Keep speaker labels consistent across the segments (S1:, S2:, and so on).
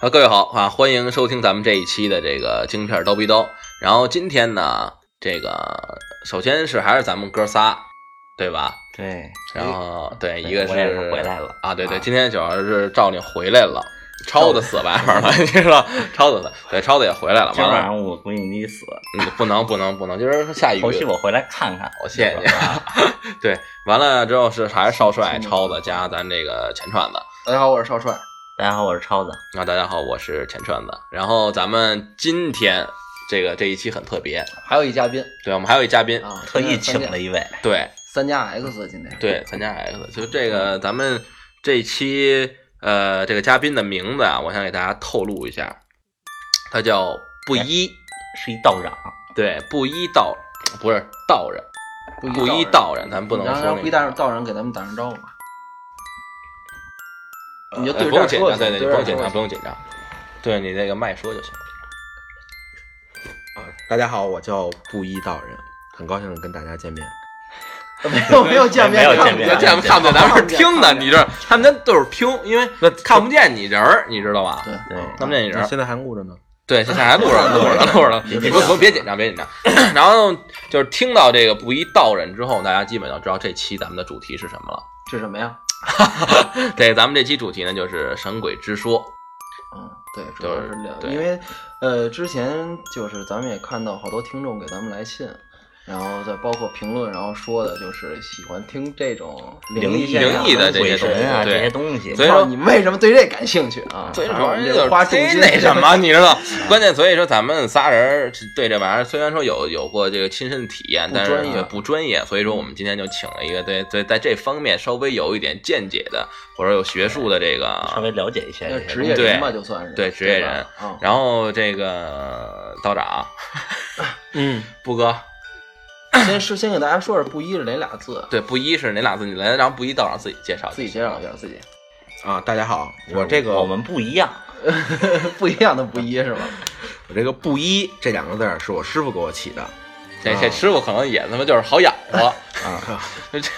S1: 好，各位好啊，欢迎收听咱们这一期的这个京片儿刀逼刀。然后今天呢，这个首先是还是咱们哥仨，对吧？
S2: 对，
S1: 然后对，
S2: 哎对
S1: 一个是
S2: 我也是回来了
S1: 啊，对对，
S2: 啊
S1: 今天主要是赵你回来了，超子死外面了， 你知道，超子死对，超子也回来了，
S2: 今
S1: 完
S2: 儿晚
S1: 了，
S2: 上我估计你得死，
S1: 嗯不能不能不能，今儿下雨，
S2: 后续我回来看看。
S1: 我谢谢你
S2: 是吧。
S1: 对，完了之后是还是少帅
S2: 啊
S1: 超子加咱这个钱串子。
S3: 大家好，我是少帅。
S2: 大家好，我是超子，
S1: 那啊大家好，我是钱串子。然后咱们今天这个这一期很特别，
S3: 还有一嘉宾
S1: 对我们还有一嘉宾，
S3: 啊，
S2: 特意请
S3: 了
S2: 了一位，
S1: 对
S3: 三加 X 今天。
S1: 对，参加 X，就这个咱们这期呃这个嘉宾的名字啊，我想给大家透露一下，他叫布衣，
S2: 是一道长。
S1: 对，布衣道不是道人，
S3: 不
S1: 布衣
S3: 一
S1: 道人，咱不能
S3: 然后
S1: 说
S3: 让
S1: 那
S3: 不一
S1: 个
S3: 道道人给咱们打声招呼吧。你就
S1: 呃
S3: 对
S1: 不
S3: 着
S1: 用
S3: 这
S1: 紧
S3: 儿说
S1: 张，对对，
S3: 去，对
S1: 不
S3: 着
S1: 用
S3: 这
S1: 紧
S3: 儿
S1: 张，不
S3: 说
S1: 用紧张，对你那个麦说就行。
S4: 大家好，我叫布衣道人，很高兴跟大家见面。
S3: 没有 没有见面，啊
S2: 没有见面
S1: 这
S2: 见
S1: 样看不见，咱们是听的，你这他们那都是听，因为
S4: 那
S1: 看不见你人儿，你知道吧？
S3: 对
S2: 对，
S1: 看不见你人
S4: 那
S1: 儿，
S4: 现在还录着呢，
S1: 对，现在还录哦 着，录着呢，录着呢。你不不别紧张，别紧张。 然后就是听到这个不一道人之后，大家基本就知道这期咱们的主题是什么了。
S3: 这什么呀？
S1: 对，咱们这期主题呢就是神鬼之说。
S3: 嗯，对，主要是聊，
S1: 对
S3: 因为呃，之前就是咱们也看到好多听众给咱们来信，然后再包括评论，然后说的就是喜欢听这种异现
S1: 灵
S3: 象
S1: 异的这些
S2: 鬼
S1: 东西
S2: 神啊，这
S1: 对
S2: 些东西
S1: 所以，
S3: 不知
S1: 说
S3: 道你们为什么对这感兴趣啊？
S1: 所以
S3: 反
S1: 主
S3: 正我
S1: 要
S3: 们
S1: 是
S3: 这花重
S1: 忒
S3: 金
S1: 那什么，你知道？关键所以说咱们仨人对这玩意儿虽然说有有过这个亲身体验，
S3: 不
S1: 但是
S3: 专业
S1: 对不专业，所以说我们今天就请了一个对对在这方面稍微有一点见解的或者有学术的这
S2: 稍
S1: 个
S2: 微了解一下这
S3: 那
S2: 些
S3: 职业
S2: 东西
S3: 人 吧，就算是
S1: 对职业人
S3: 吧啊。
S1: 然后这个道 长
S4: 嗯，
S1: 布哥，
S3: 先是先给大家说说“布衣”是哪俩字，
S1: 对布衣是哪俩字？你来让布衣道长自己介绍
S3: 自己介绍一下自己，
S4: 啊，大家好，我这个
S2: 我们不一样，
S3: 不一样的“布衣”是吧？
S4: 我这个布衣这两个字儿是我师傅给我起的
S3: 啊
S1: 这这师傅可能也他妈就是好养 活，
S4: 啊，
S1: 这这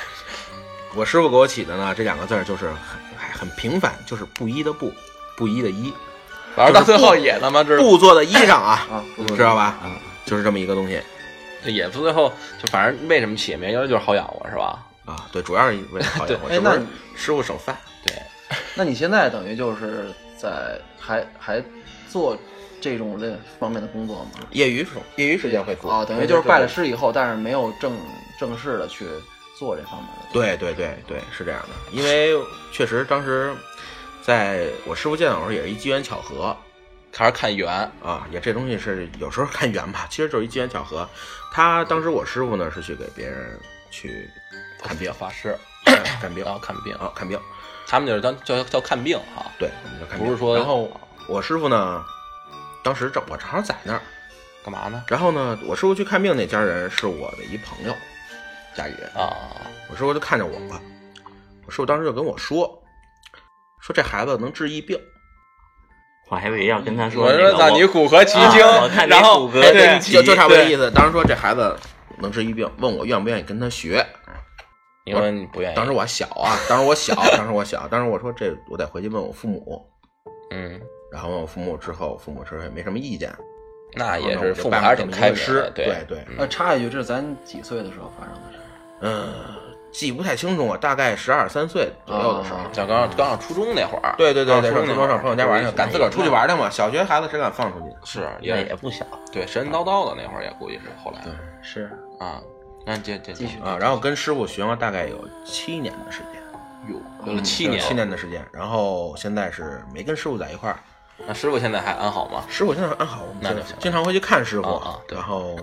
S4: 我师傅给我起的呢，这两个字儿就是很哎很平凡，就是布衣的布，布衣的衣，
S1: 反正到最后也他妈是
S4: 布做的衣裳啊，
S3: 啊，不
S4: 知道吧？就是这么一个东西
S1: 也最后就反正为什么起名儿就是好养活是吧？
S4: 啊，对，主要是为了好养活，
S3: 哎
S4: 这，不
S3: 那
S4: 是
S3: 你
S4: 师傅手饭，
S1: 对。
S3: 那你现在等于就是在还还做这种这方面的工作吗？
S4: 业余手业余时间会做
S3: 啊，等于就是拜了师以后，但是没有正正式的去做这方面的。
S4: 对对对对，是这样的，因为确实当时在我师傅见我时候也是一机缘巧合
S1: 还是看缘，，
S4: 啊，也这东西是有时候看缘吧，其实就是一机缘巧合。他当时我师傅呢是去给别人去看病
S1: 法师，
S4: 呃看病
S1: 然后
S4: 啊
S1: 看病，
S4: 看病，
S1: 他们就是当叫叫看病哈，
S4: 对，我们叫看病。
S1: 不是说
S4: 然后我师傅呢，当时正我正好在那儿，
S1: 干嘛呢？
S4: 然后呢，我师傅去看病那家人是我的一朋友，家里人。
S1: 啊，
S4: 我师傅就看着我了，我师傅当时就跟我说，说这孩子能治疫病。
S2: 我还以为要跟他说
S1: 我
S2: 那
S1: 说
S2: 个
S1: 那你
S2: 我
S1: 骨骼奇精
S2: 啊我，看你
S1: 然后
S2: 骨骼
S1: 哎
S2: 惊
S1: 对，
S2: 奇
S4: 就就差不多这意
S1: 思。
S4: 思。当时说这孩子能治疫病，问我愿不愿意跟他学。
S1: 你说你不愿意？
S4: 当时我小啊，当时我小，当时我小，当时我说这我得回去问我父母。
S1: 嗯，
S4: 然后问我父母之后，父母之后也没什么意见。
S1: 那也
S4: 然后
S1: 是
S4: 呢
S1: 父母还是挺开明的嗯
S4: 我就拜了这么一个师对对，
S3: 呃，插一句，这是咱几岁的时候发生的事儿？
S4: 嗯，记不太清楚，我大概十二三岁左右的时候。
S3: 啊
S1: 像刚上刚上初中那会儿，
S4: 对对对，
S1: 刚
S4: 对，
S1: 上啊初中那
S4: 上初中
S1: 会
S4: 上
S1: 儿啊
S4: 朋友家玩去，敢自个儿出去玩去嘛？小学孩子谁敢放出去？
S1: 是
S2: 那
S1: 也
S2: 也不小，
S1: 对神神叨叨的那会儿也估计是后来
S3: 是
S1: 啊，那这这
S3: 继续
S4: 啊，然后跟师傅学了大概有七年的时间，
S1: 有有了七
S4: 嗯有
S1: 年，
S4: 七年的时间。然后现在是没跟师傅在一块儿，
S1: 那师傅现在还安好吗？
S4: 师傅现在很好，我们
S1: 那
S4: 现
S1: 就
S4: 在
S1: 行
S4: 经常会去看师傅，
S1: 啊啊对
S4: 然 后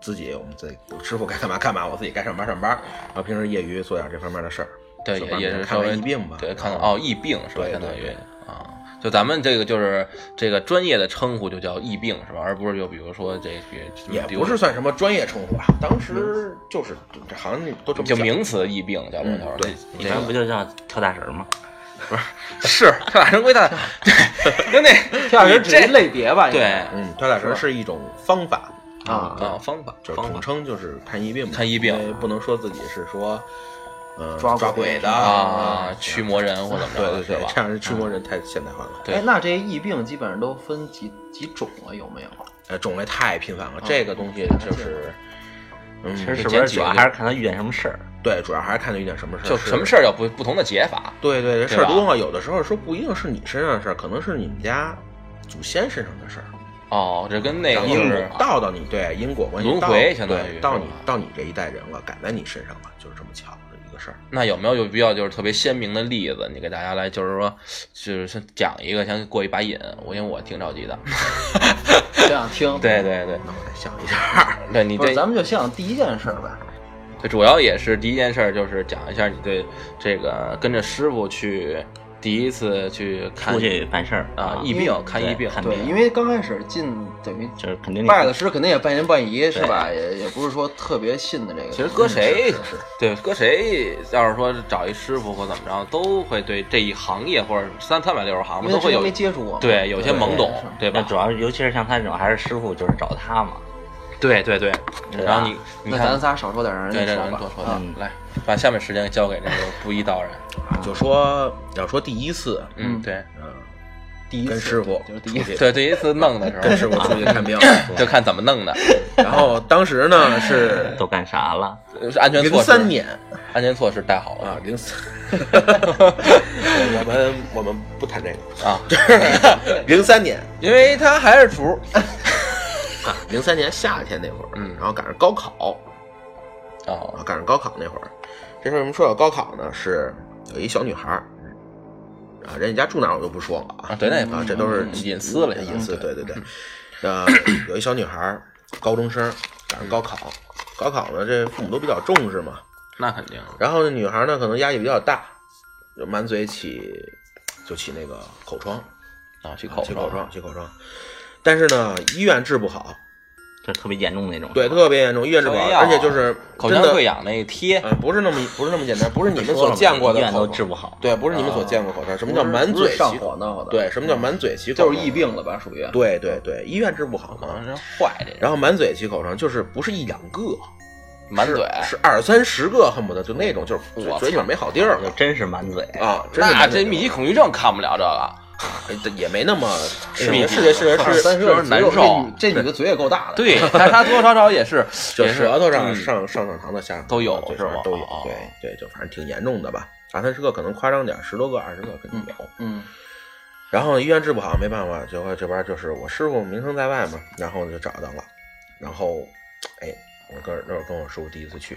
S4: 自己我们自己师傅该干嘛干嘛，我自己该上班上班，然后平时业余做点这方面的事儿。
S1: 对，
S4: 就
S1: 也
S4: 帮
S1: 也
S4: 别
S1: 是
S4: 人
S1: 稍
S4: 看
S1: 微
S4: 看疫病吧
S1: 对，看
S4: 然后
S1: 哦，疫病是吧？
S4: 对
S1: 相当
S4: 对
S1: 于啊，就咱们这个就是这个专业的称呼就叫疫病是吧？而不是就比如说这个
S4: 也不是算什么专业称呼啊，当时就是这行业都这
S1: 嗯
S4: 么
S1: 就
S4: 叫
S1: 名词疫病叫做头儿，
S4: 嗯对
S1: 这
S2: 一
S1: 这
S2: 般
S1: 个
S2: 不就叫跳大神吗？
S1: 是跳大神归 大，跟那
S3: 跳
S1: 你
S3: 绳只是一
S1: 这
S3: 类别吧？应
S1: 对
S3: 该
S4: 嗯，跳大神是一种方法，
S3: 啊，
S1: 啊方法
S4: 嗯就是
S1: 方
S4: 统
S1: 法
S4: 称就是看疫病嘛，
S1: 看疫病
S4: 因为不能说自己是说嗯，
S3: 抓
S4: 抓
S3: 鬼
S4: 鬼
S3: 的
S1: 啊，
S4: 嗯
S1: 驱魔人或怎么
S4: 对
S1: 着的，
S4: 对对
S1: 是，吧嗯
S4: 这？样的驱魔人太现代化了，
S1: 对
S3: 哎，那这些疫病基本上都分几几种啊？有没有？
S4: 呃，种类太频繁了，这
S1: 嗯
S4: 个东西就是，嗯，
S2: 其实是
S4: 这
S2: 不
S4: 捡
S2: 是
S4: 起
S2: 主要
S1: 啊
S4: 来就
S2: 还是看他遇见什么事儿？
S4: 对，主要还是看他遇见什么事儿，
S1: 就是什么事儿有不不同的解法，
S4: 对对，
S1: 对
S4: 这事儿
S1: 吧
S4: 多了，有的时候说不一定是你身上的事儿，可能是你们家祖先身上的事儿，
S1: 哦，这跟那
S4: 然
S1: 个
S4: 后
S1: 就
S4: 因
S1: 是
S4: 果到到你对因果关系
S1: 轮
S4: 到
S1: 回相当于
S4: 对
S1: 是
S4: 到
S1: 吧
S4: 你到你这一代人了，赶在你身上了，就是这么巧的一个事儿。
S1: 那有没有就比较就是特别鲜明的例子？你给大家来就是说，就是先讲一个，先过一把瘾。我因为我挺着急的。，
S3: 这样听
S1: 对对对，
S4: 那我再想一下，啊
S1: 对你
S3: 不是，
S1: 这
S3: 咱们就先讲第一件事儿呗。
S1: 这主要也是第一件事儿，就是讲一下你对这个跟着师傅去第一次去看
S2: 出去办事儿
S1: 啊疫病
S3: 嗯
S1: 看疫病
S2: 看
S3: 对，
S2: 病
S3: 因为刚开始进等于
S2: 就是肯定
S3: 拜了
S2: 得
S3: 师，肯定也半信半疑是吧？也也不是说特别信的这个。嗯
S1: 其实搁谁
S3: 是是是
S1: 对搁谁要是说找一师傅或怎么着，都会对这一行业或者三三百六十行
S3: 因
S1: 吧
S3: 为
S1: 都会
S3: 之前
S1: 有
S3: 没接触过嘛。
S1: 对有些
S3: 对
S1: 懵懂
S3: 是，
S1: 对
S2: 那
S1: 吧
S2: 主？要是尤其是像他这种还是师傅，就是找他嘛。
S1: 对对对。
S2: 对吧
S1: 然后你你
S3: 那
S1: 看，
S3: 咱仨少说点儿，
S1: 对
S3: 人
S1: 这
S3: 家
S1: 人
S3: 说
S1: 多说点
S3: 吧。啊，，
S1: 来把下面时间交给这个不一道人。
S4: 就说要说第一次，
S1: 嗯，
S3: 嗯
S1: 对
S4: 嗯，
S3: 第一次
S4: 跟师傅
S3: 就是第一
S4: 出
S3: 次
S4: 去
S1: 对，第一次弄的时
S4: 跟师
S1: 候，
S4: 傅出去 看病，
S1: 就看怎么弄的，
S4: 然后当 时呢是
S2: 都干啥了？
S1: 呃是安全
S4: 零
S1: 措施，
S4: 三年
S1: 安全措施带好
S4: 啊
S1: 了，
S4: 零三，我们我们不谈这个，
S1: 啊，
S4: 零三年
S1: 因为他还是厨，
S4: 啊，零三年夏天那会儿，
S1: 嗯
S4: 然后赶上高考，
S1: 哦
S4: 啊，赶上高考那会儿，这事儿为什么说有高考呢？是有一小女孩儿，啊，人家家住哪儿我就不说了啊，
S1: 啊，对，那也不
S4: 啊，
S1: 行
S4: 这都是
S1: 嗯隐私了，嗯现在
S4: 隐私，对对对，呃，有一小女孩儿，高中生，赶上高考，高考呢，这父母都比较重视嘛，
S1: 那肯定，
S4: 然后呢，女孩呢可能压力比较大，就满嘴起就起那个口疮，
S1: 啊，去
S4: 啊
S1: 口
S4: 起口疮，起口疮，但是呢，医院治不好，
S2: 就特别严重那种。
S4: 对，特别严重，医院治不好，
S1: 吃药啊
S4: 而且就是
S1: 口
S4: 真
S1: 腔
S4: 的
S1: 溃疡那 贴，
S4: 呃，不是那么不是那么简单，不是你们
S2: 说了
S4: 所
S2: 嘛
S4: 见过的
S2: 医院
S4: 口
S2: 都
S4: 疮
S2: 治不好。
S4: 对，不是你们所见过口疮。什么叫满
S3: 不是
S4: 嘴
S3: 上
S4: 起
S3: 火
S4: 口？
S3: 闹的？
S4: 对，什么叫满嘴起口？
S3: 就是疫。病了吧，属于。
S4: 对对对，医院治不好
S1: 可能
S4: 嘛。
S1: 是嗯坏这人，
S4: 然后满嘴起口疮，就是不是一两个，
S1: 满嘴，
S4: 是二三十个，恨不得就那种，就是嘴
S1: 我
S4: 嘴角没好地儿
S2: 就真是满嘴。
S4: 啊。真是
S1: 那
S4: 满嘴
S1: 这
S4: 起口
S1: 密集恐惧症看不了这个，
S4: 哎也没那么是
S1: 密集
S4: 是这是
S3: 二
S4: 这
S3: 三
S4: 是
S3: 十个人
S1: 难
S3: 左右
S1: 受
S3: 这女这女的嘴也够大的。
S1: 对，他他多多少少也是，
S4: 就
S1: 也是
S4: 舌头上
S1: 嗯
S4: 上上上膛的下
S1: 都有
S4: 这
S1: 是吧
S4: 都有
S1: 哦，
S4: 对对，就反正挺严重的吧。二三十个可能夸张点儿，十多个、二十个肯定有。
S3: 嗯，
S4: 然后医院治不好，没办法，结果这边就是我师傅名声在外嘛，然后就找到了，然后，哎，我跟那是跟我师傅第一次去，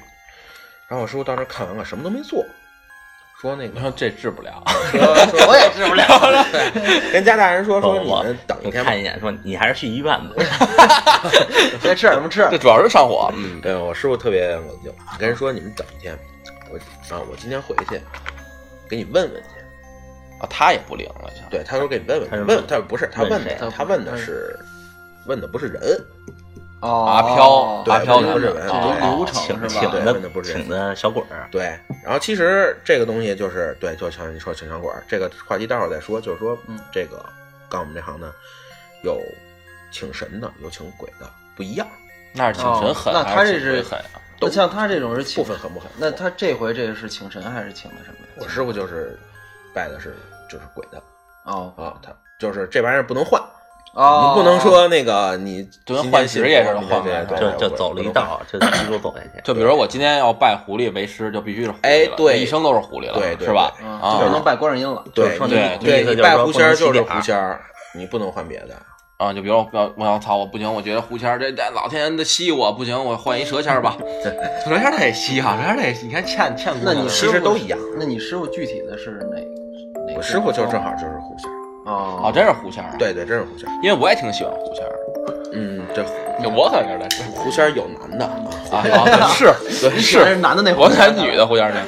S4: 然后我师傅到那儿看完了，什么都没做，说那个
S1: 然后这治不了，
S4: 说说
S3: 我也治不了了。
S4: 跟家大人说说
S2: 说
S4: 你
S2: 我
S4: 们等一
S2: 我
S4: 天吧
S2: 看，一眼，说你还是去医院吧。
S3: 该吃点什么吃
S1: 这？主要是上火，嗯，
S4: 对我师傅特别冷静，跟人说你们等一天，我啊我今天回去给你问问去，
S1: 啊，他也不灵了，像
S4: 对他说给你问问
S2: 他
S4: 去
S2: 是
S4: 问他不是他
S2: 问
S4: 问的
S2: 谁
S3: 啊
S4: 他问的是问的不是人，
S3: 哦，
S1: 阿飘，
S4: 对
S1: 阿飘
S4: 不
S1: 他
S4: 是
S1: 们
S4: 日本
S1: 哦
S3: 这
S1: 哦
S3: 流程
S2: 请
S3: 是吧
S2: 请
S4: 对
S2: 的
S4: 问的不是
S2: 请的小鬼儿，
S4: 对，然后其实这个东西就是对，就像你说请小馆儿这个话题，待会儿再说。就是说，
S3: 嗯
S4: 这个干我们这行的，有请神的，有请鬼的，不一样，
S1: 那是请神狠，
S3: 哦那他
S1: 还
S3: 这是
S1: 请鬼狠啊？
S3: 那像他这种是请
S4: 不分狠不狠。
S3: 那他这回这个是请神还是请的什么呀？
S4: 我师傅就是拜的是就是鬼的
S3: 哦
S4: 啊，他就是这玩意儿不能换，
S3: 哦，
S4: 你不能说那个你
S1: 就
S4: 今
S1: 跟
S4: 天
S1: 换
S4: 信
S1: 职业似的
S4: 佛你
S1: 换
S4: 这
S1: 来
S4: 对
S1: 换
S2: 就
S4: 对
S2: 就
S4: 我
S2: 走了
S4: 不
S2: 一
S4: 能换
S2: 道，就一路走下去。
S1: 就比如我今天要拜狐狸为师，就必须是狐狸
S4: 哎
S1: 了
S4: 对
S1: 我一生都是狐狸了，
S4: 对对
S1: 是吧？
S4: 对
S3: 啊，
S1: 啊
S3: 就不能拜观世音了。
S4: 对
S2: 说
S4: 你
S1: 对
S4: 啊对，
S2: 意思
S4: 你
S2: 就是
S4: 拜
S2: 说
S4: 狐
S2: 不
S4: 仙儿
S2: 能啊
S4: 就
S2: 洗
S4: 是
S2: 脸
S4: 狐仙儿，你不能换别的。
S1: 啊，就比如我我我要操，我不行，我觉得狐仙儿这这老天爷吸我不行，我换一蛇仙儿吧。
S4: 嗯
S1: 蛇仙儿他也吸哈，
S4: 啊
S1: 蛇仙儿他也吸你看欠欠姑
S3: 那
S1: 娘
S3: 你
S1: 的
S4: 其实都一样。
S3: 那你师傅具体的是哪个？哪个
S4: 我师傅就正好就是狐仙儿，
S3: 哦
S1: 哦，真是狐仙儿啊，
S4: 对对，真是狐仙儿。
S1: 因为我也挺喜欢狐仙儿的，
S4: 嗯，这
S1: 就我可能是是
S4: 狐仙儿有男的啊，
S1: 啊，啊是
S4: 对嗯
S1: 是
S3: 还是男的那会儿
S1: 我才女的狐仙儿呢。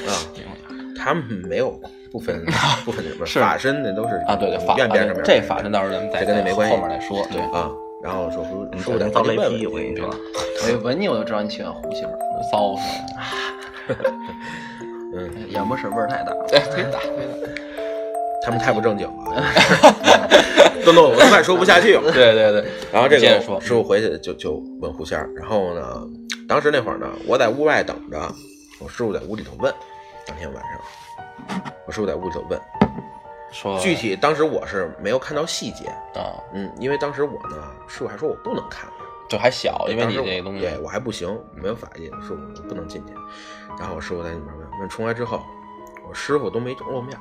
S4: 他们没有不分不分什么
S1: 是
S4: 法身，那都是
S1: 啊，对对，法
S4: 愿变什
S1: 啊
S4: 么
S1: 对
S4: 样
S1: 这法阵到时候咱们再
S4: 这跟那没关系
S1: 后面再说。对，
S4: 啊。然后说不
S2: 你
S4: 说得
S2: 嗯遭
S4: 回
S2: 雷
S4: 去问
S2: 劈，我跟你
S4: 问你说
S2: 说，，
S3: 我一闻你哎我就知道你喜欢狐仙儿，
S1: 骚
S4: 嗯，
S3: 演播室味儿太大了。
S4: 哎
S1: 对，可以打，可以打。
S4: 他们太不正经了， 都弄得我都快说不下去了。
S1: 对对对，
S4: 然后这
S1: 接
S4: 个
S1: 着说
S4: 师傅回去就就问狐仙儿，然后呢，当时那会儿呢，我在屋外等着，我师傅在屋里头问，当天晚上，我师傅在屋里头问，
S1: 说
S4: 具体当时我是没有看到细节，
S1: 啊，
S4: 嗯，因为当时我呢，师傅还说我不能看，
S1: 就还小，哦因为
S4: 当
S1: 你
S4: 时我
S1: 这东西
S4: 对我还不行，没有法医，师傅我不能进去。然后我师傅在里面问，问出来之后，我师傅都没露面，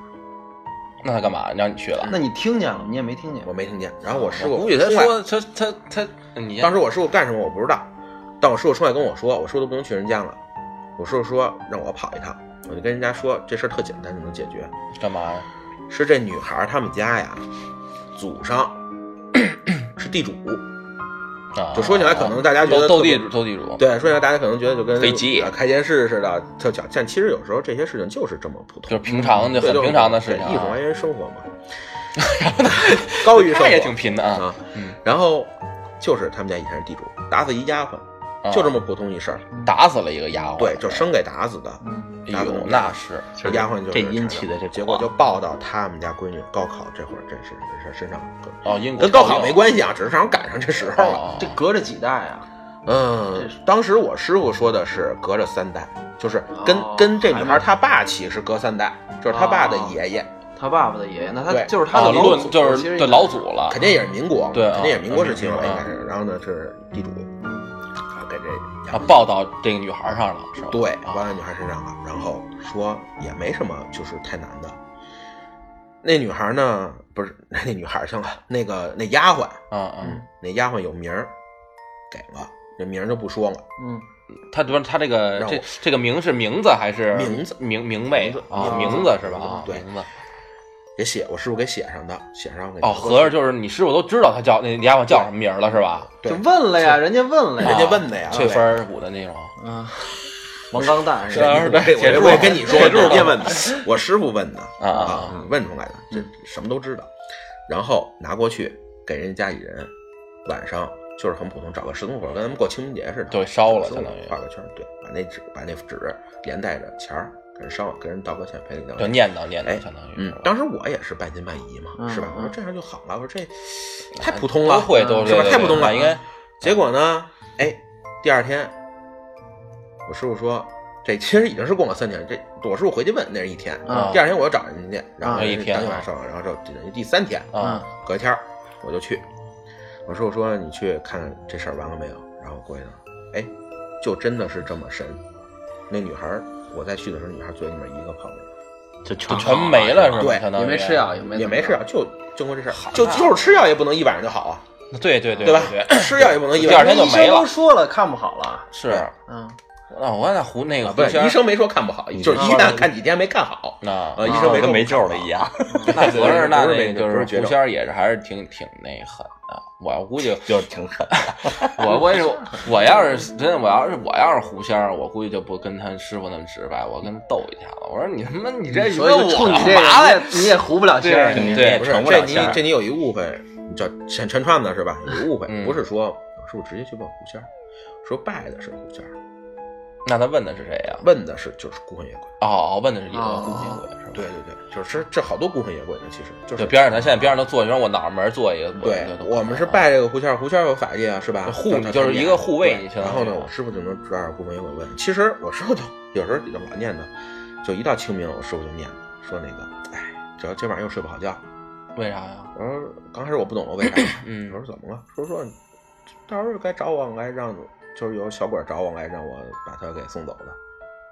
S1: 那他干嘛让你去了？
S3: 那你听见了，你也没听见
S4: 我。没听见。然后我师
S1: 哦我
S4: 傅
S1: 估计他
S4: 出来
S1: 说他他他，你先
S4: 当时我师傅干什么我不知道，但我师傅出来跟我说，我师傅都不能去人家了。我师傅说让我跑一趟，我就跟人家说这事儿特简单就能解决，
S1: 干嘛呀？
S4: 是这女孩儿他们家呀，祖上 是地主，
S1: 啊，
S4: 就说起来可能大家觉得
S1: 斗斗
S4: 特别
S1: 地主，斗地主，
S4: 对，说起来大家可能觉得就跟
S1: 可以急
S4: 啊开监室似的特巧，但其实有时候这些事情就是这么普
S1: 就是
S4: 通，嗯
S1: 平常就
S4: 对
S1: 很
S4: 就是
S1: 平常的事情
S4: 对
S1: 啊，
S4: 一种安然生 活嘛。高于生
S1: 他
S4: 活
S1: 也挺贫的啊，
S4: 啊，
S1: 嗯，
S4: 然后就是他们家以前是地主，打死一丫鬟，
S1: 啊
S4: 就这么普通一事儿，
S1: 打死了一个丫鬟，
S4: 对，就生给打死的。
S3: 嗯，
S1: 哎呦，那是
S2: 就是
S4: 丫鬟就是
S2: 这阴气的这
S4: 结果就报到他们家闺女高考这会儿，这是这事身上跟
S1: 哦，因果
S4: 跟高考
S1: 报应
S4: 没关系啊，只是正好赶上这时 候了。
S1: 哦
S3: 哎这隔着几代啊？
S4: 嗯，当时我师傅说的是隔着三代，就是跟
S3: 哦
S4: 跟这女
S3: 还
S4: 孩
S3: 是
S4: 她爸起是隔三代，就是她爸的爷爷，
S3: 他爸爸的爷爷，那他
S4: 对
S3: 就是他
S1: 哦
S3: 的老
S1: 论
S3: 祖，
S1: 就是对老祖了，
S4: 肯定也是民国，
S1: 对啊
S4: 肯定也是民国时期嘛，
S1: 民国
S4: 应该是。然后呢是地主，
S3: 嗯
S4: 啊，给这
S1: 啊报到这个女孩上了，是吧？
S4: 对
S1: 啊
S4: 报到女孩身上了，然后说也没什么，就是太难的。那女孩呢，不是 那女孩行了，那个那丫鬟，
S1: 嗯嗯
S4: 嗯，，那丫鬟有名儿，给了，这名儿就不说了，
S3: 嗯，
S1: 他不是他这个
S4: 让我
S1: 这这个名是名字还是
S4: 名字
S1: 名名位啊？
S3: 名字
S1: 名字是吧？啊，
S4: 对
S1: 名字
S4: 也写我师傅给写上的，写上给
S1: 哦，合着就是你师傅都知道他叫那丫鬟叫什么名儿了是吧？
S4: 对
S3: 就问了呀，人家问了
S4: 人
S3: 呀，
S4: 家问的呀，
S1: 翠芬儿舞的那种，
S3: 啊，王刚蛋是
S1: 是啊
S3: 吧？
S4: 我跟
S1: 铁柱
S4: 我我跟你说，
S1: 铁柱
S4: 人家问的，我师傅问的
S1: 啊啊啊
S4: 啊，问出来的，这什么都知道。然后拿过去给人家里人，晚上就是很普通，找个石头火，跟咱们过清明节似的，
S1: 就给烧了
S4: 石头
S1: 相当于
S4: 画个圈儿，对，把那纸把那纸连带着钱儿给人烧了，给人道个歉，赔礼道
S1: 就
S4: 歉。
S1: 念叨念
S4: 哎
S1: 叨，相当于是
S4: 嗯
S1: 吧，
S4: 当时我也是半信半疑嘛，
S3: 嗯
S4: 是吧？
S3: 嗯
S4: 我说这样就好了，我说这太普通了，
S1: 哎都会都
S4: 是
S1: 对
S4: 吧？
S1: 对
S4: 太普通
S1: 对嗯
S4: 了，
S1: 应该
S4: 结果呢，哎，第二天，我师傅说，这其实已经是过了三天，这我师傅回去问那是一天，
S3: 啊
S4: 第二天我又找人家，然后
S1: 嗯啊一天
S4: 当天晚上，然后就等于第三天，
S1: 啊
S4: 隔天儿我就去，我师傅说你去看看这事儿完了没有，然后我过去了，哎，就真的是这么神，那女孩儿我在去的时候，女孩儿嘴里面一个泡没有，
S2: 就全
S1: 就全没了是吧？
S4: 对
S1: 相当于
S3: 也没吃，药，也没
S4: 也没
S3: 没
S4: 吃药，就就过这事儿，
S1: 好
S4: 就
S1: 那
S4: 就是吃药也不能一晚上就好啊，
S1: 对对对
S4: 吧
S1: 对？
S4: 吃药也不能一晚
S1: 第二
S4: 上
S1: 天就没了
S3: 都说了看不好了，
S1: 是。
S4: 对
S3: 嗯，
S1: 那我那胡那个
S4: 啊，
S1: 胡
S4: 对，
S1: 仙儿
S4: 医生没说看不好，
S2: 嗯
S4: 就是一旦看几天没看好，
S1: 那
S4: 呃，医
S3: 啊
S4: 生没
S2: 跟
S4: 说
S2: 没救了一样，
S1: 那合着那
S4: 不
S1: 那
S4: 是没
S1: 就
S4: 不是绝
S1: 是
S4: 症
S1: 狐仙儿也是还是挺挺那狠的。我估 计
S2: 就是挺狠。
S1: 我我也是我要是真的我要是我要是狐仙儿，我估计就不跟他师傅那么直白，我跟他斗一下子。我说你他妈你这
S3: 所以
S1: 问我
S3: 就冲你
S1: 干
S3: 这
S1: 嘛
S3: 个，
S1: 呀？
S3: 你也你也糊不了气儿，
S1: 对
S3: 你
S1: 对
S4: 哎不是
S2: 成不
S4: 这
S2: 了
S4: 你
S2: 仙儿
S4: 这你有一误会，你叫陈陈串子是吧？有一误会，
S1: 嗯
S4: 不是说我师傅直接去问狐仙儿，说拜的是狐仙儿，
S1: 那他问的是谁呀？
S4: 问的是就是孤魂野鬼。
S1: 哦，问的是一个
S3: 哦
S1: 孤魂野鬼是吧？
S4: 对对对，就是这好多孤魂野鬼呢，其实就
S1: 就是边上咱现在边上都坐一人，我脑门儿坐一个。
S4: 对
S1: 就，
S4: 我们是拜这个狐仙儿，狐仙儿有法力啊，是吧？
S1: 呃护
S4: 正常
S1: 就是
S4: 常见
S1: 一个护卫
S4: 对
S1: 相当于
S4: 然后呢，我师傅就能抓着孤魂野鬼问。其实我师傅就有时候比较老念的，就一到清明，我师傅就念说那个，哎，只要今晚上又睡不好觉，
S1: 为啥呀？
S4: 我说刚开始我不懂我为啥，
S1: 嗯
S4: 我说怎么了？说说到时候该找我来让，就是有小鬼找我来让我把他给送走的，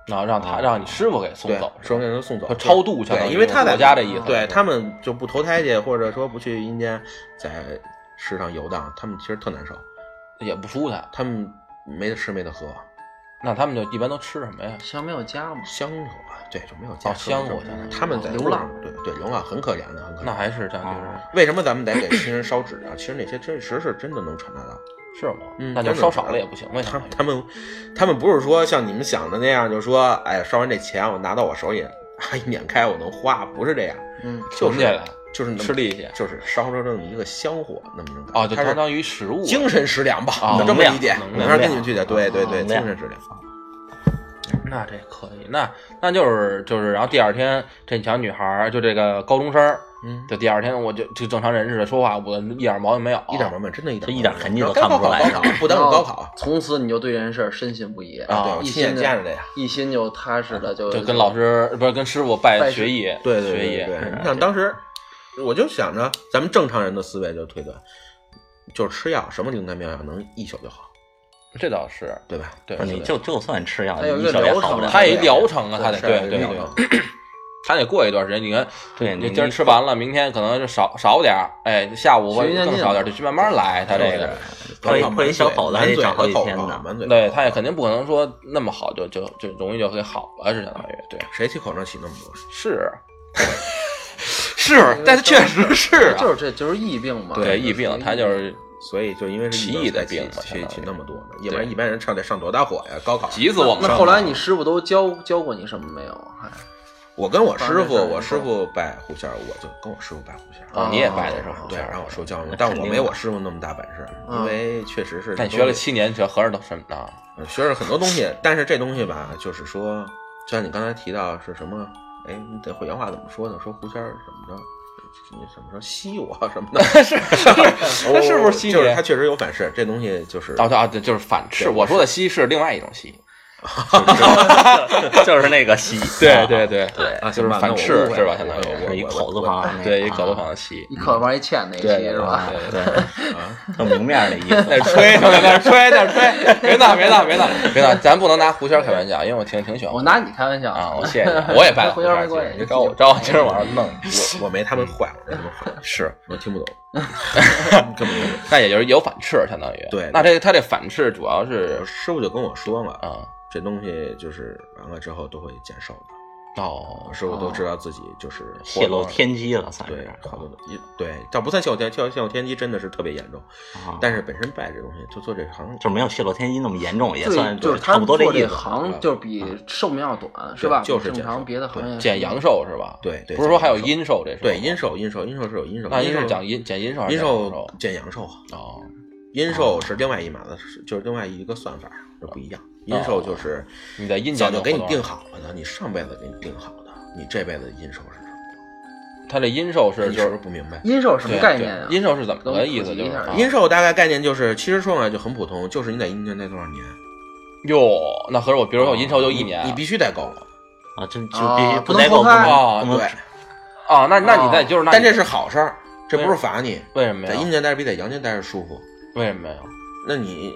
S1: 然后让他让你师傅给送
S4: 哦对
S1: 走，是
S4: 说
S1: 吧
S4: 给他送走
S1: 他，超度相当
S4: 对，
S1: 于
S4: 因为他在
S1: 国家的意思
S4: 对他们就不投胎去，或者说不去阴间，在世上游荡，他们其实特难受，
S1: 也不舒坦。
S4: 他们没得吃没得喝，
S1: 那他们就一般都吃什么呀？
S3: 香没有家嘛，
S4: 香火啊，对，就没有家
S1: 哦香火
S4: 就没有家他们在
S3: 流浪，
S4: 对对，流浪很可怜的，很可怜。
S1: 那还是这样，就是
S4: 为什么咱们得给亲人 烧纸啊？其实那些真实是真的能传达到。
S1: 是吗？
S4: 嗯
S1: 那就烧少了也不行呗。
S4: 他他们他们不是说像你们想的那样，就说哎呀，烧完这钱我拿到我手里， 哎，免开我能花，不是这样，
S3: 嗯，
S4: 就
S1: 存
S4: 是嗯
S1: 起来
S4: 就是那么
S1: 吃力气
S4: 就是烧着这么一个香火那么一种感觉，
S1: 哦，就
S4: 它是
S1: 相当于食物。
S4: 精神食粮吧，
S1: 啊
S4: 你就这
S1: 能
S4: 么
S1: 量
S4: 理解，
S1: 能
S4: 我
S1: 量
S4: 还是跟你们去的，对对对，
S2: 能
S4: 精
S2: 量
S4: 神食粮。
S1: 那这可以，那那就是就是，然后第二天这小女孩儿就这个高中生儿
S4: 嗯，
S1: 就第二天我就就正常人似的说话，我一点毛病没有，
S4: 一点毛病真的一点毛病没
S2: 这
S4: 有，
S2: 一点痕迹都
S4: 高
S2: 看不
S4: 考
S2: 出来
S4: 高考
S2: 是吧
S4: 不耽误高
S1: 啊
S4: 考
S3: 从此你就对这件事儿深信不疑
S4: 啊！对，我
S3: 一
S4: 亲眼
S3: 心
S4: 见着的呀。
S3: 一心就踏实的就
S1: 就跟老师不是跟师傅拜
S3: 拜
S1: 学艺，
S4: 对对
S1: 学艺
S4: 对对，对你想当时，我就想着咱们正常人的思维就推断，就是吃药什么灵丹妙药能一宿就好，
S1: 这倒是，
S4: 对吧？
S1: 对
S2: 不是你就就算吃药，
S3: 它有一
S2: 你
S3: 个
S2: 一宿也
S3: 疗
S2: 好
S3: 程
S2: 不了。
S1: 他也疗程啊，他得
S4: 是
S1: 对对
S4: 疗
S1: 对
S4: 程，
S1: 他得过一段时间。你看，
S2: 对
S1: 你
S2: 你
S1: 今儿吃完了，明天可能就少少点儿，哎，下午或
S3: 循序渐
S1: 更
S3: 进
S1: 少点儿，就去慢慢来。他这个，
S2: 破一破一小口子还得长好几天呢。
S4: 啊满嘴
S1: 对，他也肯定不可能说那么好就就就容易就给好了，是相当于对，
S4: 谁起口罩起那么多？
S1: 是是，但是确实是啊
S3: 就是这就是疫病嘛，
S1: 对疫病，他就是
S4: 所以就因为是
S1: 奇异的病嘛
S4: 起
S1: 相当于
S4: 起那么多呢，要不然一般人上得上多大火呀？高考，
S1: 急死我们
S3: 那
S1: 了。
S3: 后来你师傅都教教过你什么没有？啊还
S4: 我跟我师
S3: 发生这事
S4: 傅，
S3: 儿以后
S4: 我师傅拜狐仙儿，我就跟我师傅拜狐仙儿。
S1: 啊，你也拜的是吧？
S4: 对，然后我受教育
S2: 那，
S4: 但
S2: 肯
S4: 我
S2: 定
S4: 没
S2: 的
S4: 我师傅那么大本事，啊
S3: 嗯
S4: 因为确实是
S1: 那你学了七年，学合着都什么呢？
S4: 呃学了很多东西，但是这东西吧，就是说，就像你刚才提到是什么，哎，你得会原话怎么说呢？说狐仙儿怎么着，你怎么说吸我啊什么 的，哦
S1: 是 是，他是不是吸你？
S4: 就是他确实有反噬，这东西就是
S1: 啊对啊，对，就是反噬。我说的吸是另外一种吸，
S2: 就是那个吸，
S1: 对对对对
S3: 哎
S4: 啊
S1: 就是
S4: 行吧
S1: 反
S4: 那我
S1: 噬
S4: 误会
S1: 是吧？
S4: 了
S1: 相当
S4: 我
S1: 于
S4: 我
S2: 是一口字旁那个，
S1: 对一口子
S2: 啊
S1: 旁的吸，
S3: 一刻往一欠那一期是吧？
S1: 对对对
S2: 对，就明面的意思。
S1: 在吹，在那吹，在那吹，别闹，别闹，别闹，别闹，咱不能拿胡仙儿开玩笑，因为我挺挺喜欢
S3: 我拿你开玩笑
S1: 啊，我谢谢你，我也拜了狐
S3: 跟胡
S1: 仙
S3: 仙
S1: 儿
S3: 儿没关系
S1: 你找我找我今儿晚上弄你，
S4: 我我没他们坏，我没他们坏，
S1: 嗯是，
S4: 我听不懂，根本就
S1: 那也就是有反斥，相当于
S4: 对
S1: 那这他这反斥主要是
S4: 我师傅就跟我说嘛，
S1: 啊
S4: 这东西就是完了之后都会减寿的，
S1: 哦
S4: 我师傅都知道自己就是
S2: 泄露
S4: 活了
S2: 天机了，算
S4: 对
S2: 是。，
S4: 好多一对，倒不算泄露天泄露泄露天机真的是特别严重，但是本身拜这东西就做这行
S2: 就没有泄露天机那么严重，也
S3: 对，
S2: 算
S3: 就是
S2: 差
S3: 他
S2: 不
S3: 们
S2: 多
S3: 做
S2: 意思。
S3: 行，就是比寿命要短，是吧？
S4: 就是
S3: 正
S4: 这样
S3: 常别的行业
S1: 减阳寿是吧？
S4: 对对
S1: 不是说还有
S4: 减
S1: 阴
S4: 阳寿
S1: 寿这事儿
S4: 对
S1: 吗
S4: 阴，寿，阴寿，阴寿是有阴寿，
S1: 那
S4: 阴
S1: 阴
S4: 寿
S1: 寿讲阴减阴寿还是
S4: 阴
S1: 讲阳寿
S4: 寿见阳寿啊，
S1: 哦
S4: 阴寿是另外一码子事，就是另外一个算法，就不一样。阴寿就是
S1: 哦你在阴间
S4: 早就
S1: 能
S4: 给
S1: 活
S4: 你
S1: 多
S4: 定
S1: 少
S4: 好了的，你上辈子给你定好的，你这辈子阴寿是什么？
S1: 他这阴寿是
S4: 你
S1: 就是
S4: 不是不明白？
S3: 阴寿什么
S1: 对
S3: 概
S1: 对
S3: 念啊？
S1: 阴寿是怎么个意思？
S3: 能普及
S1: 就是
S3: 一下
S1: 啊
S3: 吗
S4: 阴寿大概概念就是，其实说来就很普通，就是你在阴间待多少年，
S1: 哟，那合着我比如说我阴寿就一年，
S4: 哦你必须待够了。
S2: 啊，就就必须
S3: 啊不能
S2: 能够
S3: 偷看
S1: 哦
S2: 不能
S4: 对，
S1: 啊，那那你
S3: 哦
S1: 在就是那你，
S4: 但这是好事儿，这不是罚你。
S1: 为什么
S4: 在
S1: 呀？
S4: 阴间待着比在阳间待着舒服。
S1: 为什么呀？
S4: 那你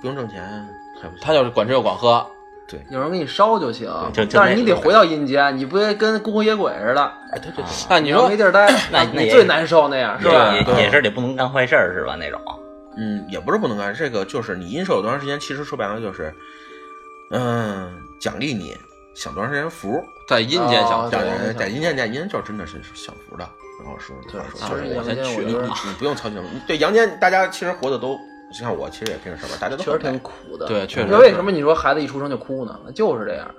S4: 不用挣钱啊，还不行
S1: 他就是管吃又管喝，
S4: 对，
S3: 有人给你烧就行
S2: 就，就
S3: 但是
S2: 那
S3: 你得回到阴间，你不得跟孤魂野鬼似的，
S4: 哎，对对对，
S1: 那你
S3: 要
S1: 说
S3: 没地儿待，
S2: 那那
S3: 你
S2: 也
S3: 最难受那样是吧？
S2: 也也是得不能干坏事儿是吧？那种
S4: 嗯，也不是不能干，这个就是你阴寿有多长时间，其实说白了就是，嗯，奖励你享多长时间福，
S1: 在阴间享
S3: 哦
S1: 受
S4: 在
S3: 对对
S4: 在阴间在阴间就是真的是享福的。然后说，
S3: 对
S4: 然后，
S3: 其
S4: 说
S3: 实
S1: 我
S3: 阳
S1: 先
S3: 间
S1: 去
S3: 我
S4: 你
S3: 觉得
S4: 你不用操心什么。对阳间，大家其实活的都像我，其实也跟着上班，大家都
S3: 确
S4: 很
S3: 实挺
S4: 累
S3: 苦的。
S1: 对确实
S3: 那为什么你说孩子一出生就哭呢？那就是这样，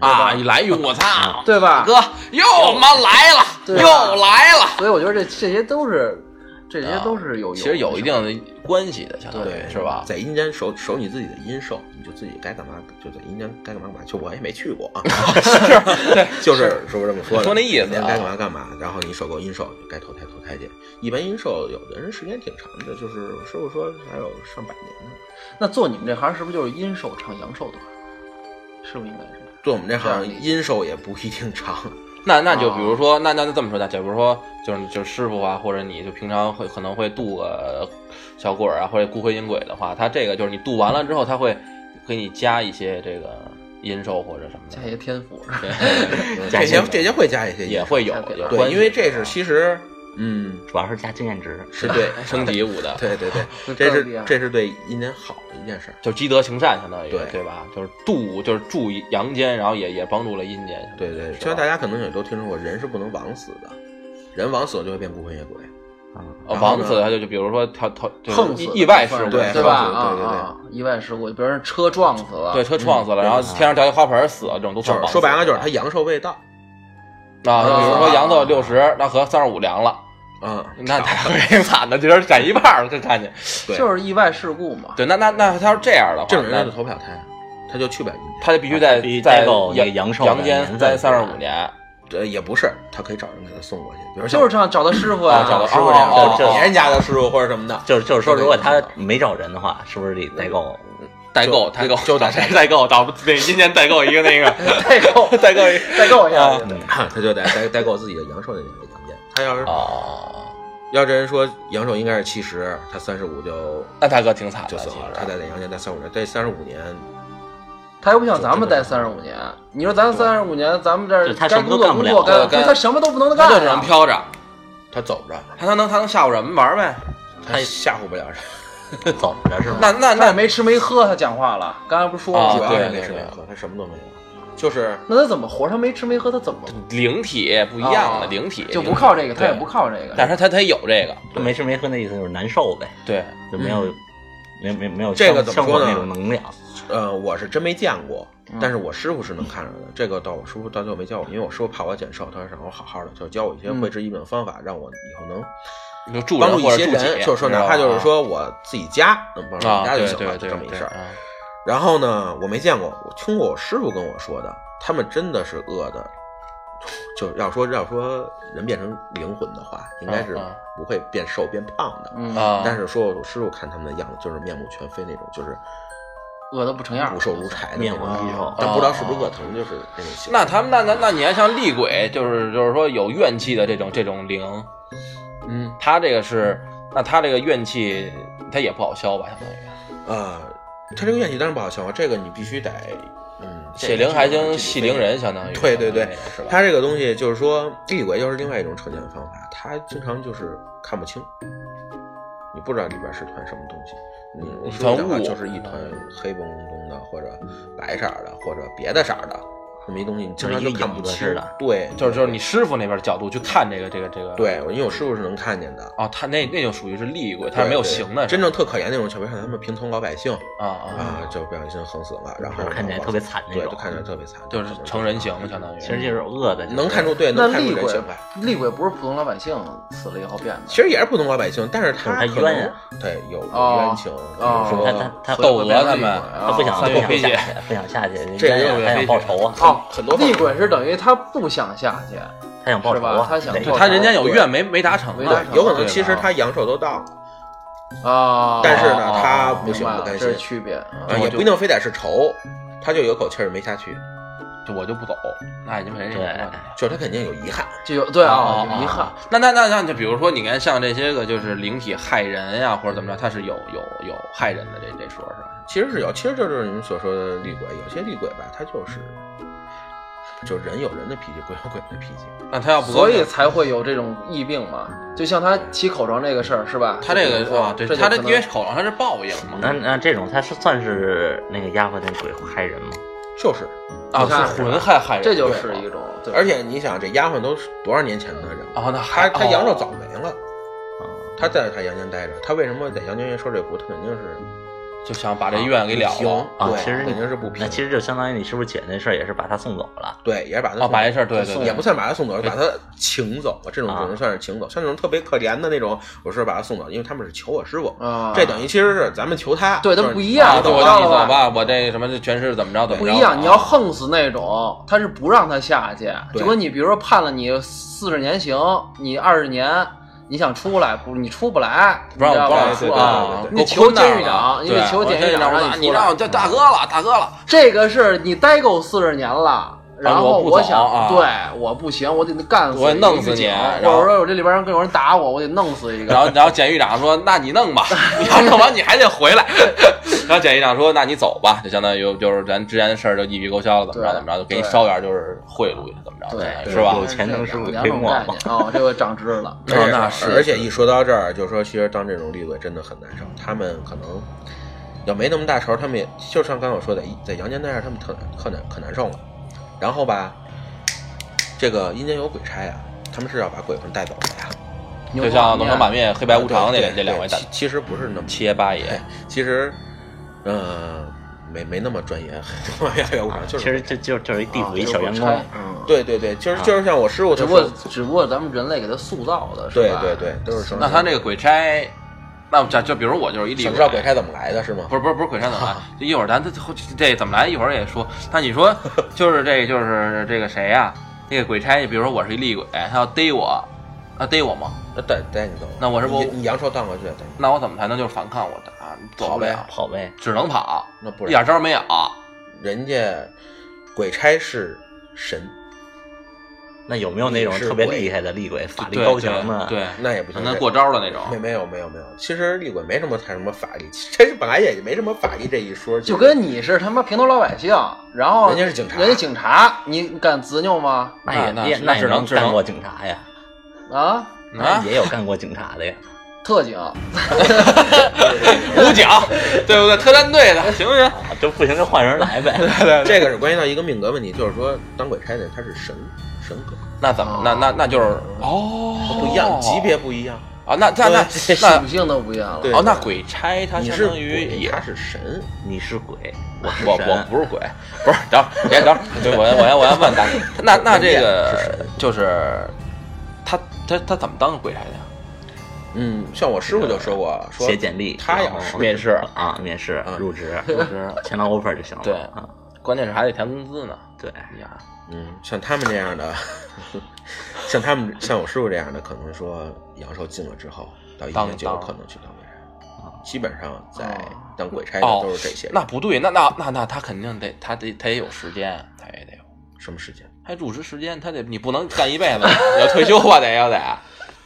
S1: 啊！一来一我操，
S3: 对吧？
S1: 哥又妈来了，
S3: 对啊
S1: 又来了，
S3: 所以我觉得这这些都是，这些都是有，
S1: 其实有一定的关系的，相当于
S4: 对，
S1: 是吧？
S4: 在阴间守守你自己的阴寿，你就自己该干嘛就在阴间该干嘛干嘛。就我也没去过 啊，是，就是是不是这么说的？
S1: 说那意思啊
S4: 阴间该干嘛干嘛。然后你守够阴寿，你该投胎投胎去。一般阴寿有的人时间挺长的，就是师傅说还有上百年呢。
S3: 那做你们这行是不是就是阴寿长，阳寿短？是不是应该是？
S4: 做我们这
S3: 这样
S4: 行
S3: 理，解
S4: 阴寿也不一定长。
S1: 那那
S4: 啊
S1: 就比如说，那那就这么说，那假如说就是就是师傅啊，或者你就平常会可能会渡个小鬼儿啊，或者孤魂阴鬼的话，他这个就是你渡完了之后，他会给你加一些这个阴寿或者什么
S3: 加一些
S1: 的，
S3: 天赋，
S1: 对
S4: 这些这些会加一些阴寿
S1: 也会有
S3: 加点
S1: 有关
S4: 对，
S1: 系啊
S4: 因为这是其实嗯
S2: 主要是加经验值，
S4: 是 对
S1: 升级五的，
S4: 对对 对，
S3: 就
S4: 这
S3: 更厉
S4: 是
S3: 害
S4: 这是对阴间好的一件事儿。
S1: 就积德行善，相当于
S4: 对
S1: 吧？就是渡，就是助阳间，然后也也帮助了阴间。
S4: 对对，
S1: 是
S4: 虽然
S1: 吧
S4: 大家可能也都听说过，人是不能枉死的，人枉死了就会变孤魂野鬼。
S1: 呃
S4: 然后
S1: 王
S4: 呢
S1: 子他就就比如说他他就是
S3: 碰死
S1: 意
S3: 了
S1: 意外事故，
S4: 对
S3: 对吧？啊
S4: 对对对
S3: 啊，意外事故，比如说车撞死了，
S1: 对，车撞死了，
S4: 嗯
S1: 然后天上掉一花盆儿死了，这种都
S4: 就
S1: 算
S4: 是
S1: 枉死
S4: 说白了就
S1: 吧
S4: 是他阳寿未到，
S1: 啊，就比如说
S3: 啊
S1: 杨豆六十，那和三十五凉了，
S4: 嗯，
S1: 那他挺惨的，就是斩一半儿，这看见。
S4: 对
S3: 就是意外事故嘛。
S1: 对，那那那他要是这样的话，
S4: 这种人就
S1: 那
S4: 投不了胎，他就去不了阴间。
S1: 他就必须在
S2: 必须
S1: 在
S2: 待够那
S1: 阳
S2: 个阳寿的
S1: 阳间
S2: 年
S1: 待
S2: 份
S1: 三十五年，
S4: 这也不是，他可以找人给他送过去，比如像
S3: 就是找找到师傅
S4: 啊
S3: 啊，
S4: 找到
S2: 的
S4: 师傅
S3: 哦
S4: 这样，
S2: 哦
S4: 找
S2: 这
S4: 别人家的师傅或者什么的，
S2: 就是就是说，
S4: 对
S2: 如果他
S4: 对
S2: 没找人的话，是不是得代购？
S1: 代购
S4: 就
S1: 代购
S4: 就打
S1: 谁 代购，导那今年代购一个那个
S3: 代购
S1: 代购一个
S3: 代购一下，
S4: 他就得代代购自己的阳寿那两位强奸。他要是
S1: 哦，
S4: 要真说阳寿应该是七十，他三十五就
S1: 那大哥挺惨的，
S4: 就
S1: 其
S4: 死
S1: 实
S4: 啊了。他在阳间待三十五年，待三十五年，
S3: 他又不像咱们待三十五年，你说咱三十五年，咱们这儿
S2: 对他
S3: 该
S2: 什么都
S3: 工作
S2: 干不
S3: 工
S2: 了
S3: 作，该
S1: 对干
S3: 对他什么都不能干
S1: 他
S3: 啊，
S1: 就只能飘着，
S4: 他走着，
S1: 他他能他能吓唬人们玩呗？
S4: 他吓唬不了人。
S2: 走着是吗？
S1: 那那
S3: 他也
S1: 那
S3: 没吃没喝，他讲话了，刚才不是说
S1: 啊
S3: 了
S4: 主
S3: 吗？
S4: 要
S1: 对
S4: 是没吃没喝，他什么都没有，就是
S3: 那他怎么活？他没吃没喝，他怎么
S1: 灵体不一样
S4: 哦
S1: 的
S3: 啊
S1: 灵体
S3: 就不靠这个？
S1: 灵体
S3: 他也
S1: 对
S3: 不靠这个。
S1: 但是他他有这个，
S2: 没吃没喝那意思就是难受呗，
S1: 对，
S2: 就没有没没没有
S4: 嗯这个
S2: 生
S4: 怎么说呢
S2: 生活那种能量，
S4: 呃，我是真没见过
S3: 嗯，
S4: 但是我师傅是能看着的。这个到我师傅到最后没教我，因为我师傅怕我减寿，他说让我好好的，就教我一些
S3: 嗯
S4: 绘制医本的方法，让我以后能
S1: 你就助
S4: 帮助
S1: 人
S4: 一
S1: 或
S4: 些
S1: 者助
S4: 人，
S1: 己，
S4: 就是说
S1: 你知
S4: 哪
S1: 道
S4: 怕就是
S1: 吧
S4: 说我自己家能帮助
S1: 啊，
S4: 人家就
S1: 对
S4: 行了，
S1: 对
S4: 就
S1: 对，
S4: 这么一
S1: 对
S4: 事儿。
S1: 啊
S4: 然后呢，我没见过，我听过我师傅跟我说的，他们真的是饿的，就要说要说人变成灵魂的话，应该是
S1: 啊啊
S4: 不会变瘦变胖的。
S3: 嗯，
S1: 啊，
S4: 但是说我师傅看他们的样子，就是面目全非那种，就是
S3: 饿得不成样儿
S4: 骨，瘦如柴的那
S2: 面
S4: 种
S2: 黄肌瘦。
S4: 但不知道是不是饿疼，就是啊那种形
S1: 那他们那那那你还像厉鬼，就是就是说有怨气的这种这种灵，
S4: 嗯
S1: 他这个是，那他这个怨气他也不好消吧，相当于
S4: 啊，他这个怨气当然不好消化，这个你必须得嗯，
S1: 血灵还经系灵人，相当于
S4: 对对对，
S1: 是吧？
S4: 他这个东西就是说，厉鬼又是另外一种扯淡方法，他经常就是看不清，你不知道里边是团什么东西。你我
S1: 一
S4: 说
S1: 团
S4: 的话
S1: 雾
S4: 就是一团黑蒙蒙的，或者白色儿的，或者别的色儿的，这么一东西，你经常就看
S2: 就是一个
S4: 不
S2: 影子
S4: 清
S2: 似的。
S4: 对，
S1: 就是就是你师傅那边角度去看这个这个这个，
S4: 对，因为我师傅是能看见的，
S1: 哦，他那那就属于是厉鬼，他是没有
S4: 对对
S1: 形的，
S4: 真正特可怜那种，就别看他们平头老百姓
S1: 啊啊，
S4: 啊，就不小心横死了，然后
S2: 看起来特别惨那
S4: 对，
S2: 种
S4: 就看起来特别惨，
S1: 就是成人形的，相当于
S2: 其实就是饿的，
S4: 能看出对，
S3: 那
S4: 能看
S3: 厉
S4: 出人
S3: 鬼
S4: 性来。，
S3: 厉鬼不是普通老百姓死了以后变的，
S4: 其实也是普通老百姓，但是他
S2: 就是他
S4: 可能
S2: 冤啊
S4: 对有有
S3: 哦
S4: 冤情，
S3: 哦
S4: 比如
S2: 他
S4: 说
S2: 他他
S3: 所以
S1: 斗
S3: 会
S1: 鹅他
S3: 变成厉
S1: 们
S3: 鬼啊
S2: 他不想
S1: 三
S2: 不
S1: 月飞
S2: 想下
S1: 雪
S2: 去，不想下去，
S4: 这个
S2: 人
S4: 又
S2: 家
S1: 飞
S2: 还
S4: 是
S2: 想
S1: 雪
S2: 报仇啊，
S3: 哦，
S4: 很多
S3: 厉鬼是等于他不想下去，
S2: 他想报
S3: 是
S2: 仇
S3: 吧
S2: 啊，
S3: 他想
S2: 得
S3: 报
S1: 他人家有怨没没达成
S3: 没达
S1: 啊
S3: 成，
S4: 有可
S1: 对
S4: 能
S1: 吧
S4: 其实他阳寿都到了，
S3: 啊，
S4: 但是
S1: 哦
S4: 呢
S1: 哦
S4: 他
S1: 哦
S4: 不
S3: 明
S4: 行
S3: 白
S4: 不
S3: 了，
S4: 甘
S3: 这
S4: 心
S3: 是，区别。
S4: 啊
S1: 嗯
S4: 也不一定非得是仇，他就有口气儿没下去，
S1: 就我就不走，啊那已经没人
S2: 对
S1: 了。
S4: 就是他肯定有遗憾。
S3: 就有对啊，
S1: 哦
S3: 有遗憾。。
S1: 那那那那，就比如说，你看像这些个就是灵体害人呀、或者怎么着，它是有有有害人的这这说是吧？
S4: 其实是有，其实这就是你们所说的厉鬼，有些厉鬼吧，他就是。就人有人的脾气，鬼有鬼的脾气。
S1: 那他要不
S3: 所以才会有这种疫病嘛。就像他起口罩这个事儿是吧？
S1: 他这
S3: 就比如
S1: 个
S3: 说
S1: 啊，对，
S3: 这就
S1: 他这
S3: 可
S1: 因
S3: 能嗯
S1: 为口上它是报应嘛，
S2: 那那这种他是算是那个压迫那鬼害人吗？
S4: 就是，
S1: 啊
S3: 你看
S1: 是魂害害人，
S3: 这就是一种，对
S4: 而且你想，这丫鬟都是多少年前的人了，
S1: 啊，那
S4: 他
S1: 还
S4: 他阳寿早没了，
S2: 啊，
S4: 他在他阳间待着，他为什么在阳间院说这不？他肯定是
S1: 就想把这愿给了
S4: 不
S1: 了
S4: 平
S2: 啊
S4: 对
S2: 其实
S4: 肯定是不平
S2: 那。其实就相当于你是不是姐那事儿也是把他送走了？
S4: 对，也是把他
S1: 啊，
S4: 送
S1: 把这事儿对对
S4: 也
S1: 对，
S4: 不算把他送走，把他请走了。这种
S2: 啊
S4: 只能算是请走，像那种特别可怜的那种，我是把他送走，因为他们是求我师傅，
S3: 啊，
S4: 这等于其实是咱们求他，
S3: 对
S4: 就
S3: 他
S4: 是
S3: 不一样，
S1: 啊，对我
S3: 知道
S1: 让你走
S3: 了
S1: 吧，我这什么这全是怎么着怎么
S3: 不
S1: 着，
S3: 一样，你要横死那种，他是不让他下去，
S4: 对
S3: 就跟你比如说判了你四十年刑，你二十年，你想出来不？你出不来，
S1: 不让
S3: 你知
S1: 我
S3: 道
S1: 不让
S3: 吧
S1: 我出
S4: 对对
S1: 啊，
S4: 对对对
S3: 你得求监狱长你得求监狱长让
S1: 让
S3: 你
S1: 你
S3: 出来
S1: 让我叫大哥了，大哥了，
S3: 这个是你待够四十年了。然后
S1: 啊我不走
S3: 想，
S1: 啊
S3: 对，我不行，我得干死，
S1: 我得弄死你
S3: 或
S1: 然后
S3: 者说我这里边人跟有人打我，我得弄死一个。
S1: 然后，然后检狱长说：“那你弄吧，你要弄完你还得回来。” 然后检狱长说：“那你走吧。”就相当于就是咱之前的事儿就一笔勾销了，怎么着
S3: 对
S1: 怎么着，就给你
S3: 对
S1: 烧点就是贿赂一下，怎么着，
S3: 对
S1: 是吧
S2: 有？钱能使鬼
S3: 两
S2: 推
S3: 种
S2: 磨
S3: 概
S2: 嘛
S3: 念哦，这个长知 识了。
S4: 而且
S1: 啊那是
S4: 而且一说到这儿，就说其实当这种厉鬼真的很难受，他们可能要没那么大仇，他们也就像刚才我说的，在阳间那样，他们特可难可难受了。然后吧，这个阴间有鬼差呀，他们是要把鬼魂带走的呀。
S1: 就像龙
S3: 牛
S1: 城满
S3: 头马面
S1: 面、黑白无常那
S4: 对
S1: 个
S4: 对
S1: 这两位
S4: 对
S1: 大
S4: 其其实不是那么
S1: 七爷八爷，
S4: 其实，呃，没没那么专业， 我也我
S2: 啊，
S4: 就
S2: 其
S4: 是
S2: 实就就就是一地
S3: 啊
S2: 府一小员
S3: 就是
S2: 工
S3: 拆，嗯，
S4: 对对对，
S1: 啊
S4: 就是就是像我师傅
S3: 只
S4: 他
S3: 不过
S4: 说，
S3: 只不过咱们人类给它塑造的，是
S4: 对
S3: 吧？
S4: 对对，都是生
S1: 那他这个鬼差，那我假就比如我就是一厉
S4: 想
S1: 鬼，
S4: 知道鬼差怎么来的是吗
S1: 不？是不是不是鬼差怎 么来？就一会儿咱这这这怎么来？一会儿也说。那你说就是这就是这个谁呀、那个鬼差，比如说我是一厉鬼，他要逮我，他逮我吗？
S4: 那带带你走，
S1: 那我是不
S4: 你你扬手荡过去，对
S1: 那我怎么才能就是反抗我的啊？走
S4: 跑
S1: 不
S4: 呗
S1: 了，
S2: 跑呗，
S1: 只能跑，
S4: 那不
S1: 一
S4: 然
S1: 点招儿没有。
S4: 人家鬼差是神，
S2: 那有没有那种
S4: 你是
S2: 特别
S4: 鬼
S2: 厉害的厉鬼，法力
S1: 对
S2: 高强的？
S1: 对，
S4: 那也不行，
S1: 能
S4: 这
S1: 过招的那种。
S4: 没没有没有没有，其实厉鬼没什么太什么法力，这本来也没什么法力这一说，
S3: 就是跟你是他妈平头老百姓，然后
S4: 人家是警察
S3: 人家警察，你敢执拗吗？
S2: 那也
S1: 那
S2: 也
S1: 那
S2: 也
S1: 只能
S2: 能
S1: 只能
S2: 干过警察呀，
S3: 啊，
S2: 那
S1: 啊，
S2: 也有干过警察的呀。
S3: 特警，
S1: 武警，对不对？特战队的，行不行？
S2: 啊，就不行就换人来呗。
S4: 这个是关系到一个命格问题，就是说当鬼差的他是神神格，
S1: 那怎么？那那那就是
S4: 他
S1: 哦
S4: 不一样，级别不一样。
S1: 啊。那那那
S4: 对
S1: 那
S3: 属性都不一样了。
S4: 对
S1: 哦，那鬼差他
S4: 你
S1: 相
S4: 是
S1: 当于
S4: 鬼，
S1: 也
S4: 他是神，
S2: 你是鬼，我是
S1: 我
S2: 神
S1: 我不是鬼，不是，等会儿别等会儿，对我要我要我要问大哥，那那这个就是他他他怎么当鬼差的呀？
S4: 嗯，像我师傅就说过，说
S2: 写简历，
S4: 他
S2: 然
S4: 要
S2: 后
S4: 是
S2: 面试啊，面试
S4: 嗯
S2: 入职，
S1: 是
S2: 签到 offer 就行了。
S1: 对
S2: 啊，
S1: 关键是还得填工资呢。
S2: 对，
S1: 哎呀，
S4: 嗯，像他们这样的，像他们像我师傅这样的，可能说阳寿尽了之后，到一
S1: 当
S4: 定就有
S1: 当
S4: 可能去当鬼差，基本上在当鬼差的
S1: 哦
S4: 都是这些人。
S1: 那不对，那那那那他肯定得他得他也有时间，他也得有，
S4: 什么时间？
S1: 他入职时间，他得你不能干一辈子，你要退休吧，得要得。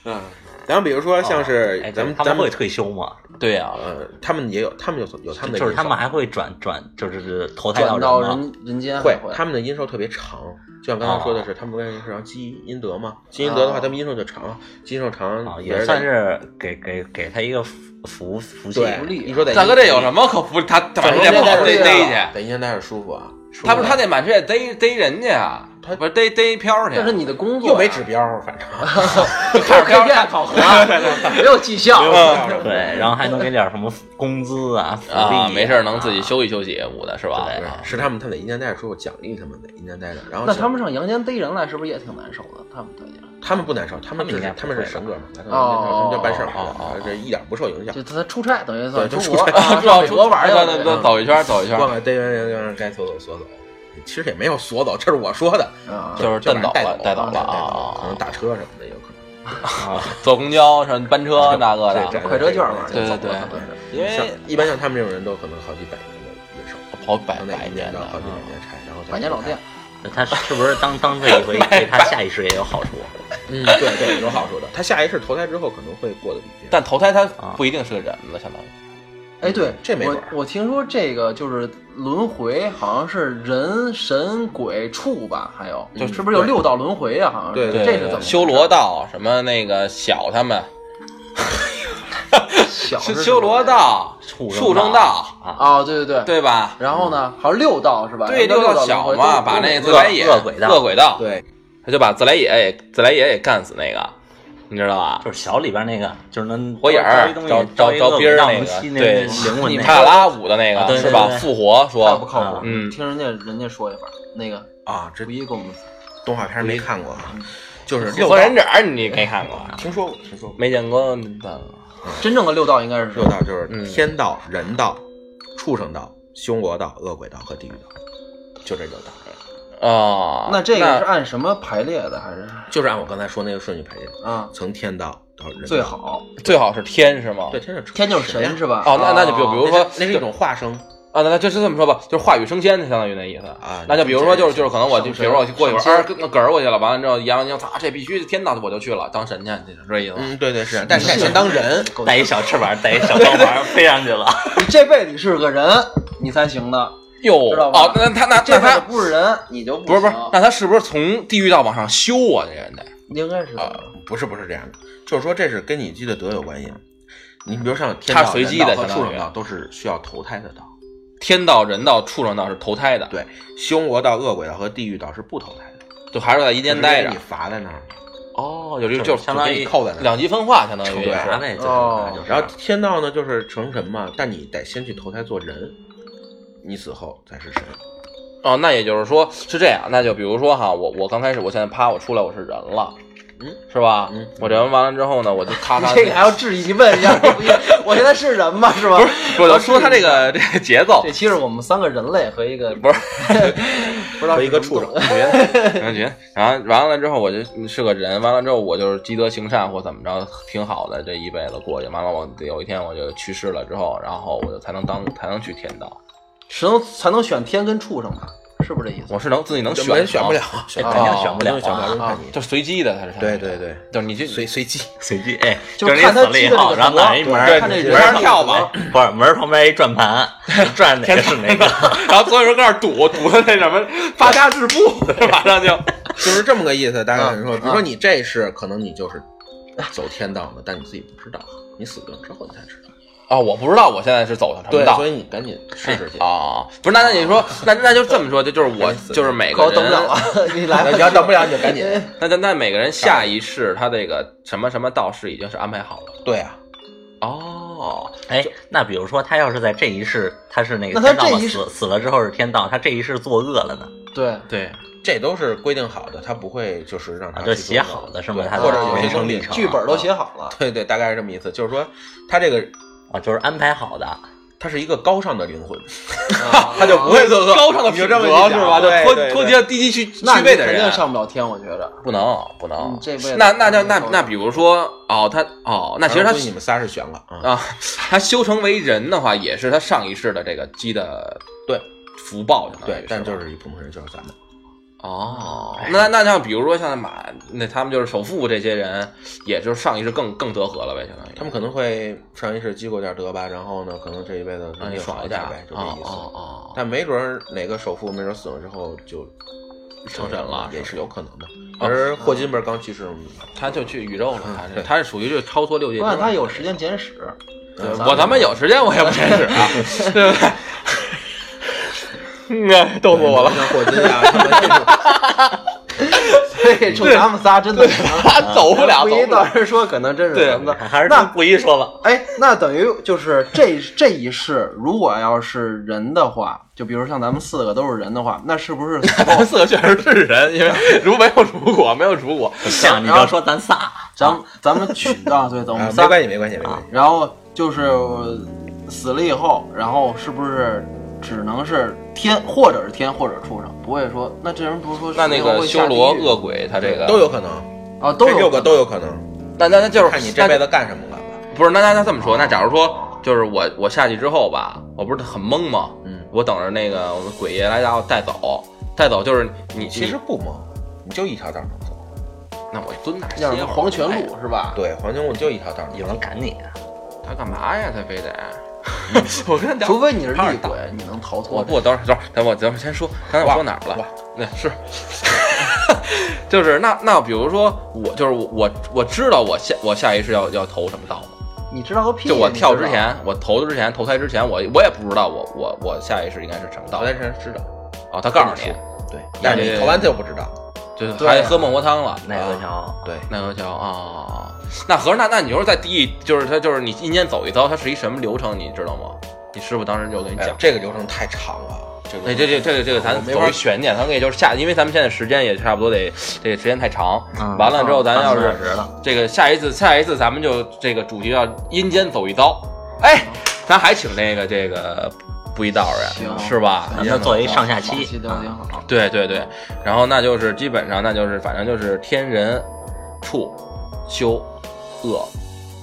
S4: 嗯，然后比如说像是
S2: 哎
S4: 咱们
S2: 他
S4: 咱
S2: 们会
S4: 们
S2: 退休吗？
S1: 对呀，
S4: 呃，他们也有他们有有他们的
S2: 就是
S4: 阴
S2: 他们
S4: 寿
S2: 还会转转，就是投胎
S3: 转
S2: 到
S3: 到
S2: 人吗？
S3: 人人间还
S4: 会
S3: 会，
S4: 他们的阴寿特别长，就像刚才说的是，他们不是让积阴德嘛？积阴德的话，
S3: 哦
S4: 他们阴寿就长，积阴寿长
S2: 啊，
S4: 人
S2: 也算是给给给他一个福福气。
S4: 对。
S3: 利
S4: 一说 在
S1: 大哥这有什么可不？他他满世界跑
S4: 在
S1: 得逮去，
S4: 在阴间待着舒服啊，
S1: 他不是他得满世界逮逮人家啊，
S4: 他
S1: 不是逮逮飘去。
S3: 这是你的工作呀，
S4: 又没指标，反正
S1: 看着
S3: 开
S1: 飘
S3: 店考核， 没有绩效。
S2: 对，然后还能给点什么工资啊、福利
S1: 啊，没事儿能自己
S2: 休。
S1: 休息休息也无的是吧？
S2: 对
S1: 啊
S4: 是他们他们在阴间待着舒服，奖励他们在阴间待着。然后
S3: 那他们上阳间逮人来，是不是也挺难受的？他们特警，
S4: 他们不难受，他们
S2: 他
S4: 只
S2: 们应该
S4: 是
S2: 不
S4: 他们是
S2: 会
S4: 神
S2: 吧
S4: 格嘛，来到阴间
S3: 哦
S4: 他们就办事儿
S1: 哦哦哦
S4: 这一点不受影响
S3: 就。他出差，等于算
S4: 对
S3: 出
S4: 就
S3: 国，
S4: 出差
S3: 啊
S1: 主要
S3: 上美国玩去
S1: 那那那
S3: 了。啊
S1: 走一圈，走一圈
S4: 光，给逮人让人该锁走锁走，其实也没有锁走，这是我说的，
S3: 啊
S1: 就是
S4: 就
S1: 蹬
S4: 把
S1: 走
S4: 人
S1: 了，带
S4: 带
S1: 走了
S4: 带
S1: 啊，
S4: 可能打车什么的有可能。
S1: 坐公交上班车那个
S4: 对
S1: 的，啊
S3: 快车券玩去，
S1: 对对
S3: 走了
S1: 对
S3: 可能是
S1: 因
S4: 像
S1: 为
S4: 一般像他们这种人都可能好几百年的野兽，
S1: 跑百
S4: 能在
S1: 百
S4: 一年
S1: 年
S4: 到
S1: 的，
S4: 好几百年拆，然后再
S3: 百年老店，
S2: 他是不是当当这一 回，对他下意识也有好处？
S4: 嗯，对对，有好处的。他下一世投胎之后可能会过得比这样，
S1: 但投胎他
S2: 啊
S1: 不一定是个人了，相当于
S3: 哎，对，
S4: 这没
S3: 我
S4: 准儿
S3: 我听说这个就是轮回，好像是人、神、鬼、畜吧，还有
S4: 嗯
S3: 是不是有
S4: 对
S3: 六道轮回啊？好像是
S4: 对
S3: 这
S1: 对对
S3: 是怎么
S1: 对
S3: 回事
S1: 修罗道什么那个小他们
S3: 小
S1: 是
S3: 是
S1: 修罗道、
S2: 畜
S1: 畜生
S2: 生
S1: 道，
S2: 啊，
S3: 啊，对对对。
S1: 对吧？
S3: 然后呢，好像六道是吧？
S1: 对，
S3: 应该六
S1: 道
S3: 道
S1: 小
S3: 轮回
S1: 嘛，
S3: 都
S1: 把
S3: 都
S1: 那
S3: 都
S1: 自来也
S2: 恶鬼道
S1: 恶鬼道，
S4: 对，
S1: 他就把自来也也自来也也干死那个，你知道吧？
S2: 就是小里边那个，就是能
S1: 火影儿
S2: 招
S1: 招招招兵儿
S2: 那
S1: 那
S2: 个，
S1: 个，
S2: 对
S1: 对，
S2: 灵魂
S1: 你
S2: 那
S1: 帕
S2: 个。
S1: 拉舞的那
S2: 啊
S1: 个
S2: 对
S1: 是吧
S2: 对？对
S1: 复活
S3: 太不
S1: 说，
S3: 靠谱。
S1: 嗯
S3: 听人家人家说一半，那个
S4: 啊，这
S3: 不一给我们
S4: 动画片没看过啊，就是
S1: 复
S4: 六
S1: 活
S4: 道
S1: 忍者你没看过？
S4: 听说过，听说过，
S1: 没见过，
S3: 真正的六道应该是
S4: 六道就
S1: 嗯
S4: 是天道、人道、畜生道、修罗道、恶鬼道和地狱道，就这六道，
S1: 哦，
S3: 那这个是按什么排列的？还是
S4: 就是按我刚才说那个顺序排列，
S3: 啊？
S4: 从天道到人道
S3: 最，好
S1: 最好是天是吗？
S4: 对，天是
S3: 天就是
S4: 呀
S3: 神是吧？啊
S1: 哦那那就比如比如
S4: 那是
S1: 说
S4: 那是一种化生，
S1: 啊，那那就就这么说吧，就是化雨升仙，相当于那意思
S4: 啊
S1: 那就比如说，就是
S4: 上
S1: 就是可能我就
S3: 上
S1: 比如说我去过一会
S3: 上
S1: 儿，跟那嗝儿过去了，完了之后杨洋操，这必须天道我就去了，当神仙去，这意思吗。
S4: 嗯，对对是，但是你得先当人，
S2: 带一小翅膀，带一小钢环飞上去了。
S3: 你这辈子你是个人，你才行的。
S1: 哟，
S3: 知道吧
S1: 哦，那那那
S3: 这
S1: 那
S3: 辈子
S1: 他
S3: 不是人，你就
S1: 不是不是
S3: 行，
S1: 那他是不是从地狱道往上修啊？这人得
S3: 应该是
S4: 呃，不是不是这样的，就是说这是跟你积的德有关系。你比如像天
S1: 它
S4: 道、
S1: 是随
S4: 人
S1: 机
S4: 道
S1: 的
S4: 和
S1: 相当
S4: 畜生
S1: 于
S4: 道都是需要投胎的道，
S1: 天道、人道、畜生道是投胎的，
S4: 对，修魔道、恶鬼道和地狱道是不投胎的，
S1: 就还是在阴
S4: 就是
S1: 间待着
S4: 给你。罚在那儿，
S1: 哦，有这
S2: 就
S1: 个
S2: 是
S1: 就是
S2: 相当于
S1: 给你
S4: 扣在那儿
S1: 两极分化，相当于
S4: 对
S1: 是。
S2: 那
S3: 哦
S2: 哎就是
S4: 然后天道呢就是成神嘛，但你得先去投胎做人，你死后才是神。
S1: 哦，那也就是说是这样，那就比如说哈，我我刚开始，我现在啪，我出来我是人了，
S4: 嗯，
S1: 是吧？
S4: 嗯
S1: 我这完完了之后呢，我就咔
S3: 你
S1: 咔，
S3: 这个还要质疑问一下？我现在是人吗？是吧？
S1: 我就说他这个这个节奏
S3: 这，期是我们三个人类和一个
S1: 不是
S3: 不知道
S4: 和
S3: 是
S4: 一个
S3: 什么
S4: 畜
S3: 动
S4: 生
S3: 物，
S1: 感觉，然后完了之后我就是个人，完了之后我就是积德行善或怎么着，挺好的这一辈子过去。完了我有一天我就去世了之后，然后我就才能当才能去天道，
S3: 只能才能选天跟畜生吧？是不是这意思？
S1: 我是能自己能
S4: 选
S1: 选
S4: 选
S1: 吗哎
S4: 不了，选
S3: 肯
S4: 不
S3: 定
S4: 了，
S2: 选不了啊
S4: 选不了，就是
S3: 啊
S4: 看你
S1: 就随机的，它是
S4: 对对，对，
S1: 就是你就
S4: 随随机，
S2: 随机哎，
S3: 就是
S2: 你
S3: 看他
S2: 死了
S3: 踢
S2: 以
S3: 的这
S2: 后，
S3: 个
S2: 然后
S3: 多
S2: 拿一门儿，
S1: 对
S3: 看这
S1: 门
S3: 人
S1: 上跳吧，
S2: 不是门儿旁边一转盘， 你转哪个是哪个。
S1: 然后所有人搁那儿赌赌的那什 么发家致富，马上就
S4: 就是这么个意思。大概说，
S3: 嗯
S4: 比如说你这是可能你就是走天道的，但你自己不知道，你死了之后你才知道。
S1: 啊，我不知道我现在是走上什么
S4: 对，
S1: 道
S4: 所以你赶紧试试去。
S1: 啊，不是那那你说那那就这么说，就就是我
S4: 还是死
S1: 就是每
S3: 可
S1: 个
S3: 我啊等不
S1: 人
S3: 了
S4: 啊
S3: 了，你来
S4: 那
S3: 吧。
S4: 你要等不了，你就赶紧。
S1: 那那那每个人下一世他这个什么什么道士已经是安排好了
S4: 对啊，
S1: 哦，
S2: 哎，那比如说他要是在这一世，他是那个
S3: 那他
S2: 天道
S3: 这
S2: 嘛
S3: 一世
S2: 死死了之后是天道，他这一世作恶了呢？
S3: 对，
S1: 对，
S4: 这都是规定好的，他不会就是让他
S2: 啊就
S4: 去
S2: 写
S4: 做的
S2: 好的是吗
S4: 对
S2: 他
S4: 或者
S3: 的
S4: 有
S3: 人
S4: 些
S2: 生
S4: 历
S2: 历程
S4: 程。
S3: 啊剧本都写好了。
S4: 对对，大概是这么意思，就是说他这个
S2: 啊，就是安排好的。
S4: 他是一个高尚的灵魂，
S3: 他
S4: 他就
S3: 啊
S4: 不会做恶，
S1: 啊高尚的
S4: 你
S1: 品
S4: 就
S1: 德
S4: 这么
S1: 是
S4: 理解
S1: 吧？就
S4: 对
S1: 脱
S4: 对对
S1: 脱节了低级趣
S3: 那
S1: 趣
S3: 你
S1: 味的
S3: 肯定
S1: 人，啊
S3: 上不了天，我觉得。
S1: 不能啊不能
S3: 嗯这辈子
S1: 那那就那
S3: 不能
S1: 那比如说哦，他哦，那其实
S4: 反
S1: 他
S4: 正估计你们仨是悬了啊。
S1: 啊，他修成为人的话，也是他上一世的这个积的
S4: 对
S1: 福报，相当于
S4: 对，但
S1: 吧
S4: 啊就是一哎部分人就是咱们，
S1: 哦，那那像比如说像马那他们就是首富这些人，也就是上一世更更德和了呗，相当于
S4: 他们可能会上一世积过点德吧，然后呢，可能这一辈子
S1: 让啊
S4: 能
S1: 你
S4: 力
S1: 爽
S4: 好
S1: 一
S4: 一
S1: 下
S4: 点呗，就这
S1: 哦
S4: 意
S1: 哦
S4: 思。
S1: 哦，
S4: 但没准儿哪个首富没准儿死了之后就
S1: 成神了
S4: 也是有可能的。而霍金不是刚去世吗？
S1: 他就去宇宙了，
S4: 嗯
S1: 他是他是属于就超脱六界之
S3: 我
S1: 外。
S3: 看他有时间简史，对
S1: 呃我他妈有时间我也不认识啊，对不对？ 嗯，逗死我了！
S4: 像霍金啊，他们这种
S3: 对，就咱们仨真的行
S1: 他走不了，
S3: 不
S1: 走
S3: 一
S1: 不
S3: 到
S1: 了。
S3: 时说可能真是
S1: 对
S3: 咱们仨
S2: 还是
S3: 那
S2: 听溥仪说吧。
S3: 哎，那等于就是这这一世，如果要是人的话，就比如像咱们四个都是人的话，那是不是死
S1: 咱
S3: 后
S1: 们四个确实是人， 因为如没有如果，没有如果，
S2: 像你要说咱仨，
S3: 咱们咱们去啊？对，咱
S4: 啊
S3: 们，
S4: 没
S3: 仨，啊
S4: 关系，没关系，没关系。
S3: 然后就是呃死了以后，然后是不是只能是天，或者是天，或者畜生，不会说那这人不是说
S1: 那那
S3: 死了以后
S1: 个
S3: 会下
S1: 修罗、
S3: 地狱
S1: 恶鬼，他这个
S4: 都有可能，
S3: 啊都
S4: 这六
S3: 有
S4: 个都有可能，
S1: 那那那就是
S4: 看你这辈子干什么了吧。
S1: 不是，那那那这么说，那假如说就是我我下去之后吧，我不是很懵吗？
S4: 嗯，
S1: 我等着那个我的鬼爷来把我带走，带走就是你
S4: 其实不懵，你就一条道能走。
S1: 那我蹲那儿歇
S3: 叫
S1: 会
S3: 什么
S1: 儿
S3: 黄泉
S1: 哎
S3: 路是吧？
S4: 对，黄金路就一条道能走
S2: 有。人赶你啊？
S1: 他干嘛呀？他非得 我跟他聊
S3: 除非你是厉
S1: 他是打
S3: 鬼，你能逃脱。
S1: 我不，等会儿，等会儿，等会儿，咱们先说，刚才我说哪儿了？那是， 就是那那，比如说我，就是我我我知道我下我下一世要要投什么道吗？
S3: 你知道个屁！
S1: 就我跳之
S3: 你知道
S1: 前，我投之前，投胎之前，我我也不知道我我我下一世应该是什么道
S4: 脑袋上知道，
S1: 哦，他告诉你，
S4: 对，但是你投完他就不知道。哎
S1: 就是
S3: 对
S1: 还喝孟婆汤了，
S2: 奈何
S1: 啊
S2: 桥？
S4: 对，
S1: 奈何桥啊。那合着那那你说在地狱，就是他就是你阴间走一遭，它是一什么流程，你知道吗？你师傅当时就跟你
S4: 哎
S1: 讲哎
S4: 呀，这个流程太长了。这
S1: 对，
S4: 个
S1: 这这这个这个咱
S4: 我没
S1: 走
S4: 法
S1: 一悬念，咱可以就是下，因为咱们现在时间也差不多得，这个时间太长
S2: 嗯，
S1: 啊完了之后咱要
S2: 半个小
S1: 是
S2: 时了，
S1: 这个下一次下一次咱们就这个主题叫阴间走一遭，哎，咱还请这个这个不一道人
S3: 行
S1: 是吧？
S2: 咱们做一上下
S3: 吗
S2: 期啊
S3: 往期。都挺好。
S1: 对对对，然后那就是基本上那就是反正就是天人、畜、修、恶、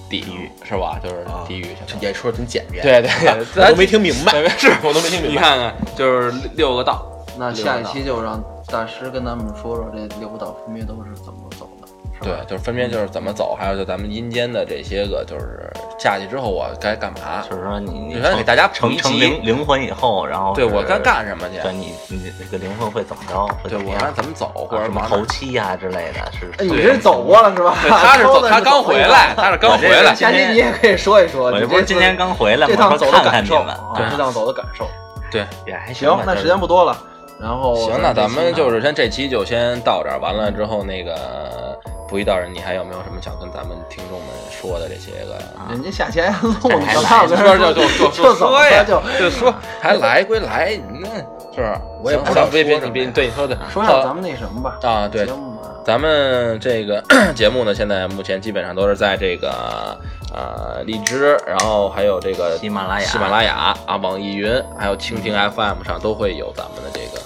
S1: 地狱是吧？就是
S4: 啊
S1: 地狱相当于。
S4: 也说得真简便，
S1: 对对对，
S4: 我都没听明白，
S1: 没事，
S4: 我都没听明白。
S1: 你看看就是六个道。
S3: 那下一期就让大师跟咱们说说这六道分别都是怎么走的，是
S1: 对
S3: 吧？，
S1: 就是分别就是怎么走，还有就咱们阴间的这些个，就是下去之后我该干嘛？
S2: 就是说你你
S1: 你说给大家普
S2: 成
S1: 及
S2: 成灵灵魂以后，然后
S1: 对
S2: 是
S1: 我该干什么去？
S2: 对你你这个灵魂会怎么着？会
S1: 对
S2: 怎么
S1: 我
S2: 样
S1: 该怎么走，或
S2: 啊
S1: 者
S2: 什么
S1: 往哪
S2: 头七呀之类的，是。
S3: 哎，你这是走过了是吧？
S1: 对他是 走，
S3: 抽的
S1: 他刚回来，他是刚回
S2: 我这
S1: 来
S2: 是。
S3: 下期你也可以说一说，
S2: 我
S3: 你
S2: 这不是
S3: 次
S2: 今天刚回来吗？
S3: 这趟
S2: 我
S3: 走
S2: 说
S3: 的
S2: 看看
S3: 感
S2: 你
S3: 受
S2: 们，
S3: 啊
S1: 对，
S3: 这趟走的感 受。
S1: 对，
S2: 也还
S3: 行
S2: 吧，
S3: 那
S2: 就
S3: 时间不多了，然后
S1: 行，那咱们就是是先这期就先到这儿，完了之后那个不遇到人，你还有没有什么想跟咱们听众们说的这些个？
S3: 人家下钱 弄我们
S2: 还
S3: 干嘛？
S1: 说
S3: 我
S1: 就
S3: 跟你
S1: 就
S3: 就走
S1: 说
S3: 了
S1: 呀，
S3: 就
S1: 就说还来归来，你那是不是？
S4: 我也
S1: 行
S4: 不知
S1: 行
S4: 道
S1: 别别
S4: 说什么
S1: 别，
S4: 呀
S1: 对你说的
S3: 说下咱们那什么吧。
S1: 啊，对
S3: 节，目嘛，
S1: 咱们这个 节目呢，现在目前基本上都是在这个呃荔枝，然后还有这个
S2: 喜马拉雅嗯
S1: 喜马拉雅啊、网易云，还有蜻蜓 FM 上都会有咱们的这个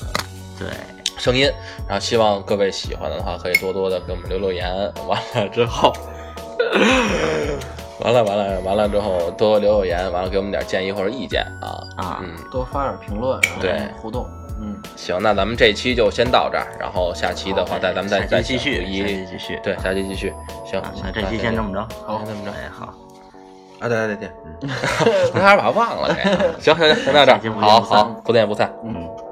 S2: 对，
S1: 声音。然后希望各位喜欢的话，可以多多的给我们留留言。完了之后， 完了完了完了之后，多多留留言，完了给我们点建议或者意见啊。
S2: 啊
S1: 嗯，
S3: 多发点评论，然后
S1: 对
S3: 互动。嗯，
S1: 行，那咱们这期就先到这儿，然后下期的话，再咱们再
S2: 下期
S1: 再
S2: 继续，
S1: 一
S2: 下期继续。
S1: 对，下期继续。行
S2: 啊，，那这期先这么着，
S1: 好，这么着。
S2: 哎，好，
S4: 啊，对对对，嗯。
S1: 差点把它忘了。这个行行行，那到这
S2: 下期
S1: 儿，
S2: 不见
S1: 好
S2: 不散
S1: 好，不见不散。
S2: 嗯。